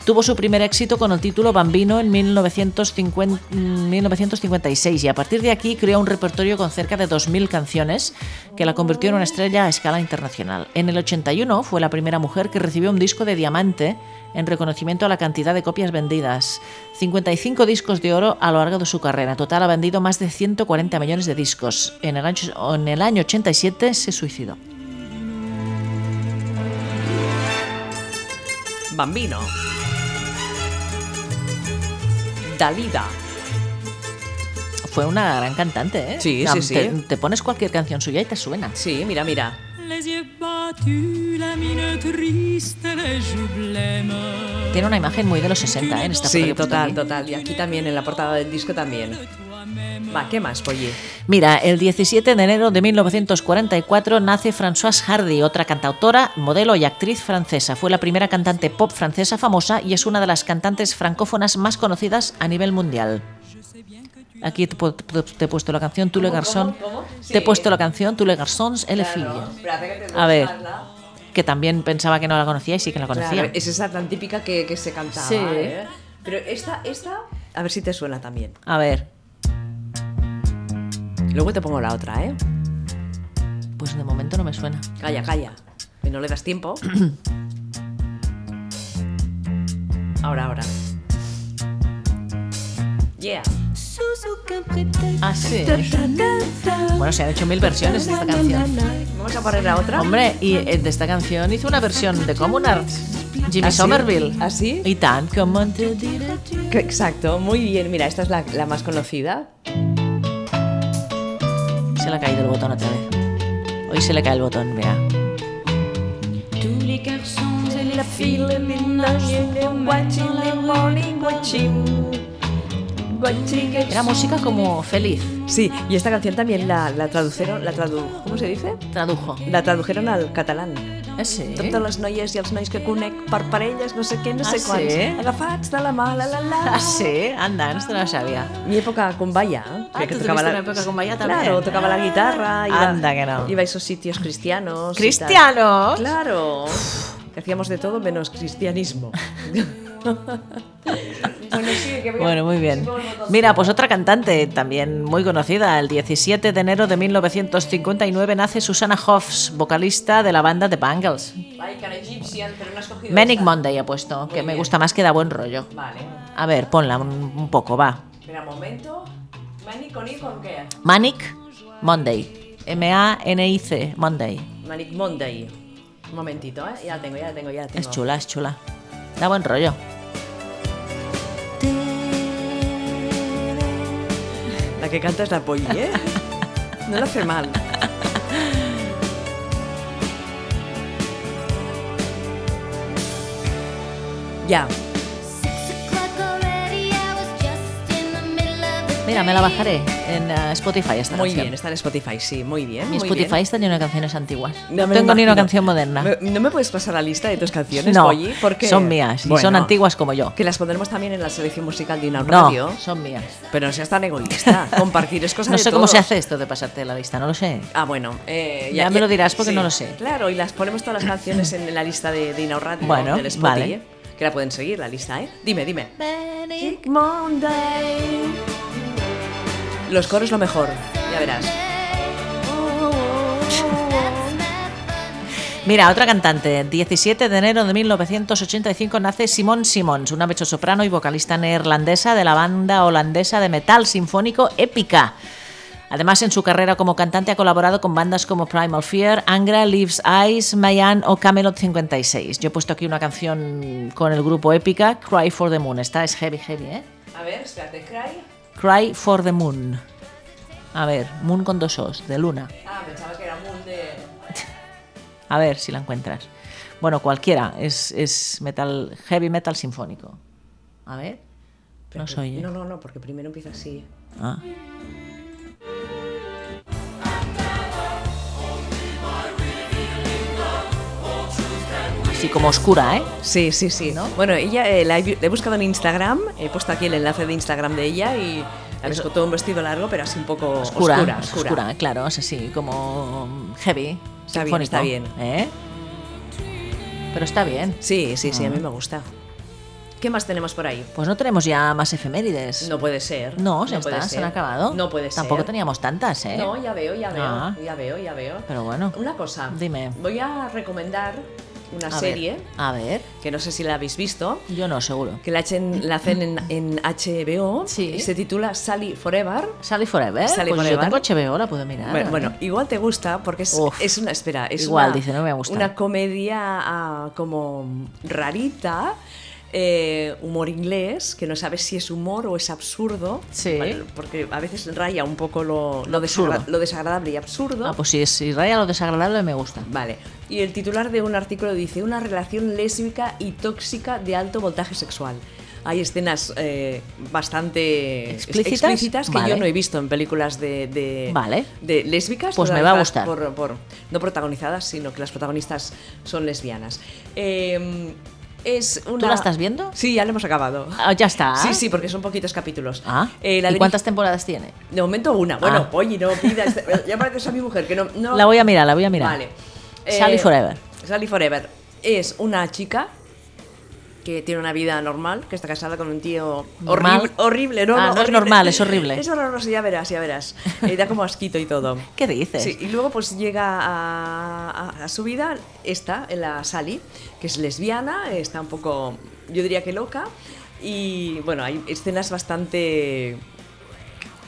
Tuvo su primer éxito con el título Bambino en 1950 mm, 1956 y a partir de aquí creó un repertorio con cerca de 2.000 canciones que la convirtió en una estrella a escala internacional. En el 81 fue la primera mujer que recibió un disco de diamante en reconocimiento a la cantidad de copias vendidas. 55 discos de oro a lo largo de su carrera. En total ha vendido más de 140 millones de discos. En el año, en el año 87 se suicidó.
Bambino. Dalida.
Fue una gran cantante, ¿eh?
Sí,
Ah,
sí, sí.
Te, te pones cualquier canción suya y te suena.
Sí, mira, mira.
Les yeux battus, la mine triste, les joues blêmes.
Tiene una imagen muy de los 60, ¿eh? En esta foto que
Sí,
he puesto
total,
aquí.
total. Y aquí también, en la portada del disco también. Va, ¿qué más, Polly?
Mira, el 17 de enero de 1944 nace Françoise Hardy, otra cantautora, modelo y actriz francesa. Fue la primera cantante pop francesa famosa y es una de las cantantes francófonas más conocidas a nivel mundial. Aquí te, pu- te- te he puesto la canción Tule Garçon.
cómo?
Te he
Sí.
puesto la canción Tule Garçons, El A ver, que también pensaba que no la conocía y sí que la conocía.
es esa tan típica que, que se cantaba.
Sí.
¿eh? Pero esta, esta, a ver si te suena también.
A ver,
Luego te pongo la otra, ¿eh?
pues de momento no me suena.
Calla, calla. Que no le das tiempo. Ahora, ahora. Yeah.
Ah, sí. Bueno, se han hecho mil versiones de esta canción.
Vamos a poner la otra.
Hombre, y eh, de esta canción hizo una versión de Common Arts, Jimmy
¿Ah, sí?
Somerville.
¿Ah, sí?
Y tan como te diré.
Que- Exacto, muy bien. Mira, esta es la, la más conocida.
Se le ha caído el botón otra vez. Hoy se le cae el botón, mira.
Tous les garçons et les filles, le ménage, les watching, les morning watching. Watching et
Era música como feliz,
Sí, y esta canción también la, la tradujeron, la tradu- ¿cómo se dice?
tradujo.
La tradujeron al catalán.
Eh, sí.
Totes les noies i els nois que conec per parelles, no sé què, no
Ah,
sé quants,
sí?
agafats de la mà, la la la.
Ah, sí, anda, esto no lo sabía.
Mi época con valla.
Ah, tú tuviste una época con valla también.
Claro, tocaba la guitarra. Iba,
Anda, que no.
Iba a esos sitios cristianos. y tal.
¡Cristianos!
Claro. Que hacíamos de todo menos cristianismo. bueno, sí, que voy a-
Bueno, muy bien. Mira, pues otra cantante también muy conocida. El 17 de enero de 1959 nace Susana Hoffs, vocalista de la banda The Bangles.
Ay, cara egipcian, pero no has cogido
Manic
esta.
Monday ha puesto, que me
bien.
gusta más que da buen rollo.
Vale.
A ver, ponla un, un poco, va.
Espera un momento. Manic con I con qué?
Manic Monday. M-A-N-I-C, Monday.
Manic Monday. Un momentito, ¿eh? Ya la tengo, ya la tengo, ya la tengo.
Es chula, es chula. Da buen rollo.
La que canta es la Polly, ¿eh? No lo hace mal. Ya.
Mira, me la bajaré en eh, Spotify esta
Muy
canción.
bien, está en Spotify, sí, muy bien.
Mi
muy
Spotify
bien.
está lleno de canciones antiguas.
Ya
No,
me lo
tengo ni una
imagino.
canción moderna.
Me- ¿No me puedes pasar la lista de tus canciones,
no,
Polly? Porque
son mías y son
Bueno,
antiguas como yo.
Que las pondremos también en la selección musical de Inau Radio.
No, son mías.
Pero no seas tan egoísta. Compartir es cosa
No
de
sé cómo
todos.
se hace esto de pasarte la lista, no lo sé.
Ah, bueno. eh,
Ya me lo dirás porque no lo sé.
Claro, y las ponemos todas las canciones en la lista de, de Inau Radio,
Bueno,
del Spotify,
vale.
¿eh? Que la pueden seguir, la lista, ¿eh? Dime, dime. Monday. Los coros lo mejor, ya verás.
Mira, otra cantante. 17 de enero de 1985 nace Simone Simons, una mezzosoprano y vocalista neerlandesa de la banda holandesa de metal sinfónico Épica. Además, en su carrera como cantante ha colaborado con bandas como Primal Fear, Angra, Leaves Eyes, Mayan o Camelot 56. Yo he puesto aquí una canción con el grupo Épica, Cry for the Moon. Esta es heavy, heavy, ¿eh?
A ver, espérate, Cry.
Cry for the Moon. A ver, Moon con dos Os, de luna.
Ah, pensaba que era Moon de...
A ver si la encuentras. Bueno, cualquiera. Es, es metal, heavy metal sinfónico. A ver. No ¿eh? se oye.
No, no, no, porque primero empieza así.
Ah. Así como oscura, ¿eh?
Sí, sí, sí. Bueno, ella eh, la, he, la he buscado en Instagram, he puesto aquí el enlace de Instagram de ella y la ves con todo un vestido largo, pero así un poco
Oscura,
oscura.
oscura, claro, es así como heavy.
Está bien,
sinfónico,
está bien.
¿eh? Pero está bien.
Sí, sí, sí, a
Ah.
mí me gusta. ¿Qué más tenemos por ahí?
Pues no tenemos ya más efemérides.
No puede ser.
No, ya
puede
está, se
ser.
han acabado.
No puede ser.
Tampoco teníamos tantas, ¿eh?
No, ya veo, ya veo,
Ah.
ya veo, ya veo.
Pero bueno.
Una cosa.
Dime.
Voy a recomendar una
A ver,
serie
a ver.
que no sé si la habéis visto,
Yo no, seguro.
que la, echen- la hacen en, en HBO.
Sí.
y Se titula Sally Forever.
Sally Forever.
Sally
pues
Forever.
yo tengo HBO, la puedo mirar.
Bueno, bueno, igual te gusta porque es,
Uf.
es una espera, es
Igual,
una,
dice, no me gusta.
una comedia ah, como rarita eh, humor inglés, que no sabes si es humor o es absurdo,
Sí.
¿vale? porque a veces raya un poco lo, lo
absurdo.
desagra- lo desagradable y absurdo.
Ah, pues si es si raya lo desagradable, me gusta.
Vale. Y el titular de un artículo dice, una relación lésbica y tóxica de alto voltaje sexual. Hay escenas eh, bastante
¿Explícitas?
explícitas que
Vale.
yo no he visto en películas de, de,
Vale.
de lésbicas.
Pues me va a
protagonizadas
gustar.
Por, por- no protagonizadas, sino que las protagonistas son lesbianas. Eh, es una...
la estás viendo?
Sí, ya la hemos acabado.
Ah, ya está.
Sí, sí, porque son poquitos capítulos.
Ah,
Eh, la
¿y
dirige-
cuántas temporadas tiene?
De momento una. Bueno,
Ah.
oye, no pidas. Ya pareces a mi mujer, que no... no-
La voy a mirar, la voy a mirar.
Vale.
Sally Forever.
Sally Forever. Es una chica que tiene una vida normal, que está casada con un tío
¿Normal?
horrible, horrible, ¿no?
Ah, no es
horrible.
normal, es horrible.
Es horroroso, ya verás, ya verás. Eh, da como asquito y todo.
¿Qué dices?
Sí, y luego pues llega a, a- a su vida esta, la Sally, que es lesbiana, está un poco, yo diría que loca, y bueno, hay escenas bastante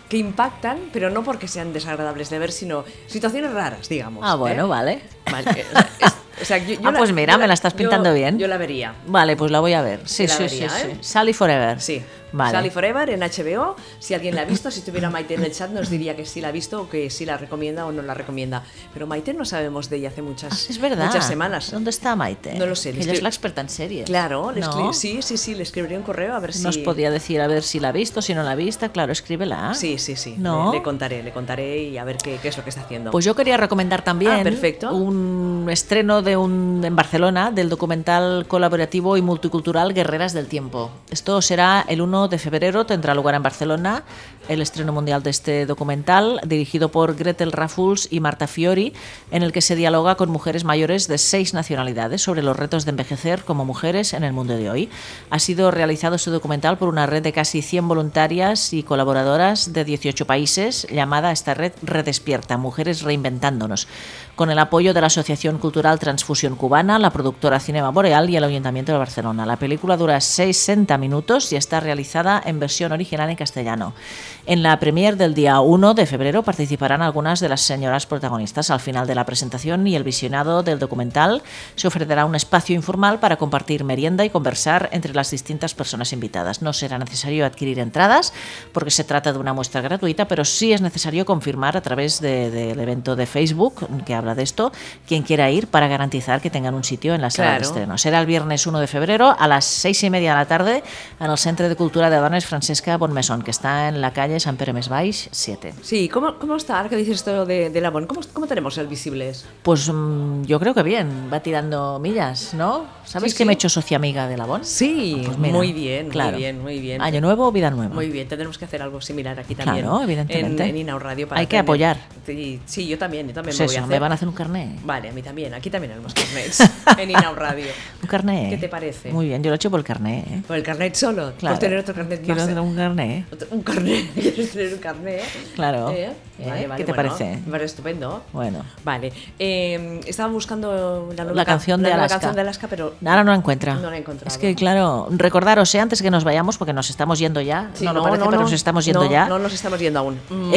que impactan, pero no porque sean desagradables de ver, sino situaciones raras, digamos.
Ah, bueno,
¿eh?
vale.
Vale, eh, o sea, es- o sea, yo- yo
Ah, pues mira,
yo
me la estás pintando
yo-
bien.
Yo la vería.
Vale, pues la voy a ver. Sí,
La
sí,
vería,
sí, sí.
¿eh?
Sally Forever.
Sí.
Vale.
Sally Forever en HBO. Si alguien la ha visto, si tuviera Maite en el chat, nos diría que sí la ha visto o que sí la recomienda o no la recomienda. Pero Maite no sabemos de ella hace muchas,
Ah, Es verdad.
muchas semanas.
¿Dónde está Maite?
No lo sé,
Que
le
ella es
estoy-
la experta en series.
Claro, le escri-
¿No?
sí, sí, sí, le escribiré un correo a ver si.
Nos podía decir a ver si la ha visto, si no la ha visto. Claro, escríbela.
Sí, sí, sí.
¿No?
Le, le contaré, le contaré y a ver qué, qué es lo que está haciendo.
Pues yo quería recomendar también
Ah, perfecto.
un estreno de un, en Barcelona del documental colaborativo y multicultural Guerreras del Tiempo. Esto será el 1 de febrero, tendrá lugar en Barcelona el estreno mundial de este documental, dirigido por Gretel Raffles y Marta Fiori, en el que se dialoga con mujeres mayores de seis nacionalidades sobre los retos de envejecer como mujeres en el mundo de hoy. Ha sido realizado este documental por una red de casi 100 voluntarias y colaboradoras de 18 países llamada esta red Redespierta, Mujeres Reinventándonos, con el apoyo de la Asociación Cultural Transfusión Cubana, la productora Cinema Boreal y el Ayuntamiento de Barcelona. La película dura 60 minutos y está realizada en versión original en castellano. En la premier del día 1 de febrero participarán algunas de las señoras protagonistas. Al final de la presentación y el visionado del documental se ofrecerá un espacio informal para compartir merienda y conversar entre las distintas personas invitadas. No será necesario adquirir entradas porque se trata de una muestra gratuita, pero sí es necesario confirmar a través de- del evento de Facebook que habla de esto quien quiera ir para garantizar que tengan un sitio en la sala de
Claro.
estreno. Será el viernes 1 de febrero a las 6 y media de la tarde en el Centre de Cultura de Dones Francesca Bonmesón, que está en la calle Sant Pere Més Baix 7.
Sí, ¿cómo, cómo está? Ahora que dices esto de, de Labón, ¿cómo, ¿cómo tenemos el Visibles?
Pues mm, yo creo que bien, va tirando millas, ¿no? ¿Sabes
Sí,
que
sí.
me he hecho socia amiga de Labón?
Sí,
Pues mira,
Ah, muy bien,
claro.
muy bien, muy bien.
Año nuevo, vida nueva.
Muy bien, tendremos que hacer algo similar aquí
Claro,
también.
evidentemente.
En, en Inau Radio para
Hay que
tener-
apoyar.
Sí, sí, yo también, yo también
Pues
me
eso,
voy a hacer.
me van a hacer un carné.
Vale, a mí también, aquí también haremos carnets en Inau Radio.
Un carné.
¿Qué te parece?
Muy bien, yo lo he hecho por el carné. ¿eh?
Por el carnet solo,
Claro.
por tener otro carnet
Quiero
más. ¿eh?
tener un ¿eh? carné.
Otro- un carnet, quieres tener un carnet.
Claro.
Eh,
¿Eh?
vale, vale,
¿Qué te
bueno,
parece?
me parece estupendo.
Bueno.
Vale, eh, estaba buscando la, nueva
La
ca-
canción de
nueva
Alaska.
canción de Alaska, pero
Ahora no la encuentra.
No la he encontrado.
Es que, claro, recordaros, eh, antes que nos vayamos, porque nos estamos yendo ya.
Sí,
no, lo parece, pero nos estamos yendo
no,
ya.
No nos estamos yendo aún. Mm.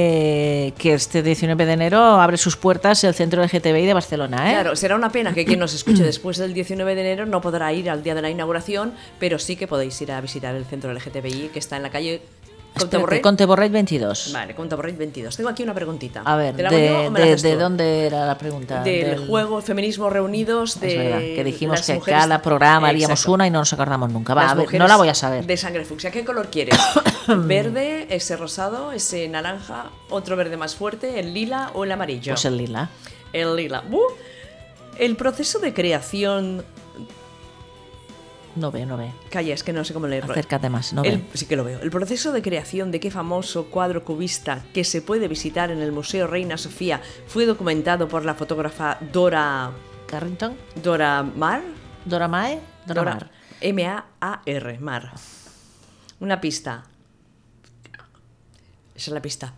Eh, que este 19 de enero abre sus puertas el centro LGTBI de Barcelona, ¿eh?
Claro, será una pena que quien nos escuche después del 19 de enero no podrá ir al día de la inauguración, pero sí que podéis ir a visitar el centro LGTBI que está en la calle
Espérate,
Contaborret.
Conte Borrell 22.
Vale, Contaborret 22. Tengo aquí una preguntita.
A ver,
¿Te la hago yo
de,
o me la
de-
haces
de
tú?
dónde era la pregunta?
Del, juego Feminismo Reunidos de
Es verdad, que dijimos
las
que
mujeres-
cada programa haríamos
Exacto.
una y no nos acordamos nunca. Va,
Las
a ver, no
mujeres
la voy a saber.
De sangre fucsia, ¿qué color quieres? ¿Verde, ese rosado, ese naranja, otro verde más fuerte, el lila o el amarillo?
Pues el lila.
El lila. ¡Buh! El proceso de creación
No ve, no ve.
Calla, es que no sé cómo leerlo. ¿eh?
Acércate más, no
El-
ve.
sí que lo veo. El proceso de creación de qué famoso cuadro cubista que se puede visitar en el Museo Reina Sofía fue documentado por la fotógrafa Dora
Carrington,
Dora Mar.
Dora Mae, Dora, Mar.
M A A R Mar. Una pista. Esa es la pista.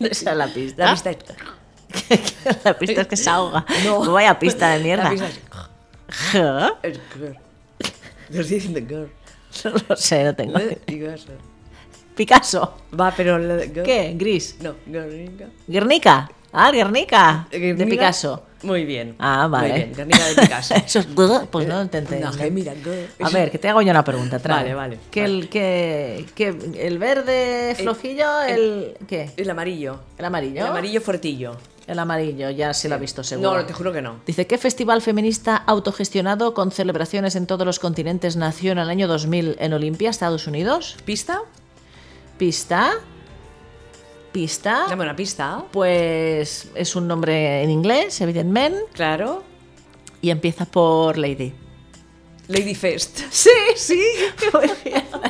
Esa es la pista.
La pista. es-
la pista es que se ahoga.
No.
Vaya pista de mierda.
La pista es-
Ja,
es girl. Lo estoy diciendo girl.
No lo sé, no tengo.
Girl.
Picasso.
Va, pero la- girl-
¿Qué? Gris.
No, girl, girl.
Guernica. Ah, el Guernica. De
Guernica.
Picasso.
Eh, Muy bien.
Ah, vale.
Muy bien, Guernica de Picasso. Eh,
Eso es good, pues no lo intenté.
No, que mira, good.
A ver, que te hago yo una pregunta, trae.
Vale, vale,
Que el, que, que el verde flojillo, el, ¿qué?
El amarillo.
El amarillo.
eh, El amarillo fuertillo.
El amarillo, ya se lo ha visto seguro.
No, te juro que no.
Dice, ¿qué festival feminista autogestionado con celebraciones en todos los continentes nació en el año 2000 en Olimpia, Estados Unidos?
¿Pista?
¿Pista? ¿Pista?
Dame una pista.
Pues es un nombre en inglés, evidentemente,
Claro.
y empieza por Lady.
Lady Fest.
Sí, sí.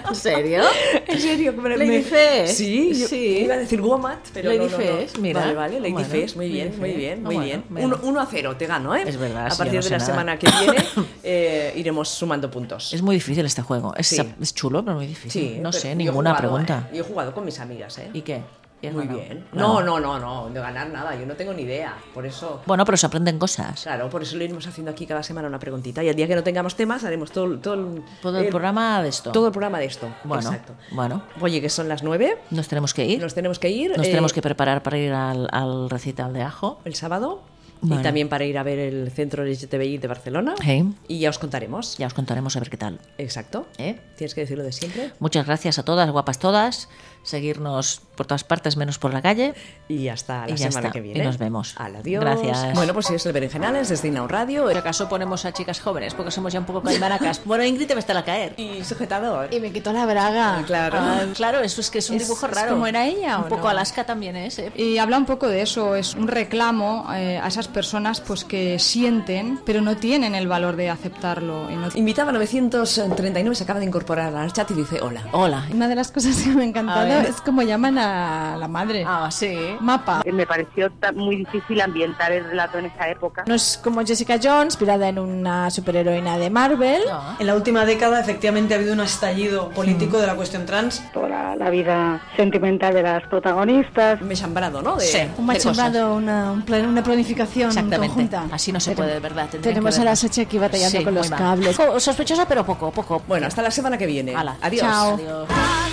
¿En serio?
¿En serio? Me,
Lady
me-
Fest.
Sí, yo
Sí.
iba a decir Womat, pero
Lady
no, no, no.
Fest, mira.
Vale, vale, Lady
Bueno,
Fest, muy
Lady
bien,
Fest.
muy bien, muy
Ah,
bien.
bueno,
Uno,
bueno.
uno a cero, te gano, ¿eh?
Es verdad,
A
si yo
partir
no
de
sé
la
nada.
semana que viene eh, iremos sumando puntos.
Es muy difícil este juego. Es,
Sí.
es chulo, pero muy difícil.
Sí,
no
pero yo
sé,
he
ninguna
jugado,
pregunta.
¿eh? Yo he jugado con mis amigas, ¿eh?
¿Y qué? ¿Y has
Muy
ganado?
bien. No, no, no, no, de ganar nada, yo no tengo ni idea. Por eso,
Bueno, pero se aprenden cosas.
claro, por eso lo iremos haciendo aquí cada semana una preguntita. Y el día que no tengamos temas, haremos todo, todo, el,
Todo el
el-
programa de esto.
todo el programa de esto.
Bueno,
Exacto.
bueno.
Oye, que son las nueve,
Nos tenemos que ir.
nos tenemos que ir.
Nos
eh,
tenemos que preparar para ir al, al recital de Ajo.
el sábado
Vale.
y también para ir a ver el centro LGTBI de Barcelona.
Sí.
Y ya os contaremos.
Ya os contaremos a ver qué tal.
Exacto.
¿eh?
Tienes que decirlo de siempre.
Muchas gracias a todas, guapas todas. Seguirnos por todas partes, menos por la calle.
Y hasta la
Y ya
semana
está.
que
Y
viene.
nos vemos.
Al adiós.
Gracias.
Bueno, pues es el Berenjenales desde Inau Radio.
Por acaso ponemos a chicas jóvenes, porque somos ya un poco caimaracas. Bueno, Ingrid te va a estar a caer.
Y sujetador.
Y me quitó la braga.
Claro.
Ah, claro, eso es que es un
Es-
dibujo
es
raro.
como era ella, ¿o
Un poco
no?
Alaska también es, ¿eh?
Y habla un poco de eso, es un reclamo eh, a esas personas pues que sienten, pero no tienen el valor de aceptarlo. y no-
Invitaba a 939, se acaba de incorporar al chat y dice hola.
Hola.
Una de las cosas que me ha encantado
A ver.
es como llaman a la madre.
Ah, sí.
Mapa.
Eh, Me pareció ta- muy difícil ambientar el relato en esa época.
No es como Jessica Jones, inspirada en una superheroína de Marvel.
No.
En la última década, efectivamente, ha habido un estallido
Mm.
político de la cuestión trans.
la, la vida sentimental de las protagonistas.
Un chambrado, ¿no? De-
Sí.
Un
Qué cosas.
machembrado, una, un plan- una planificación
Exactamente.
conjunta.
Así no se
Tenem-
puede, de verdad. tendrían
Tenemos
que
a la
vernos.
Sachi aquí batallando
Sí,
con los
muy mal.
cables.
Jo, Sospechosa, pero poco, poco.
Bueno, hasta la semana que viene.
Ala.
Adiós.
Chao.
Adiós.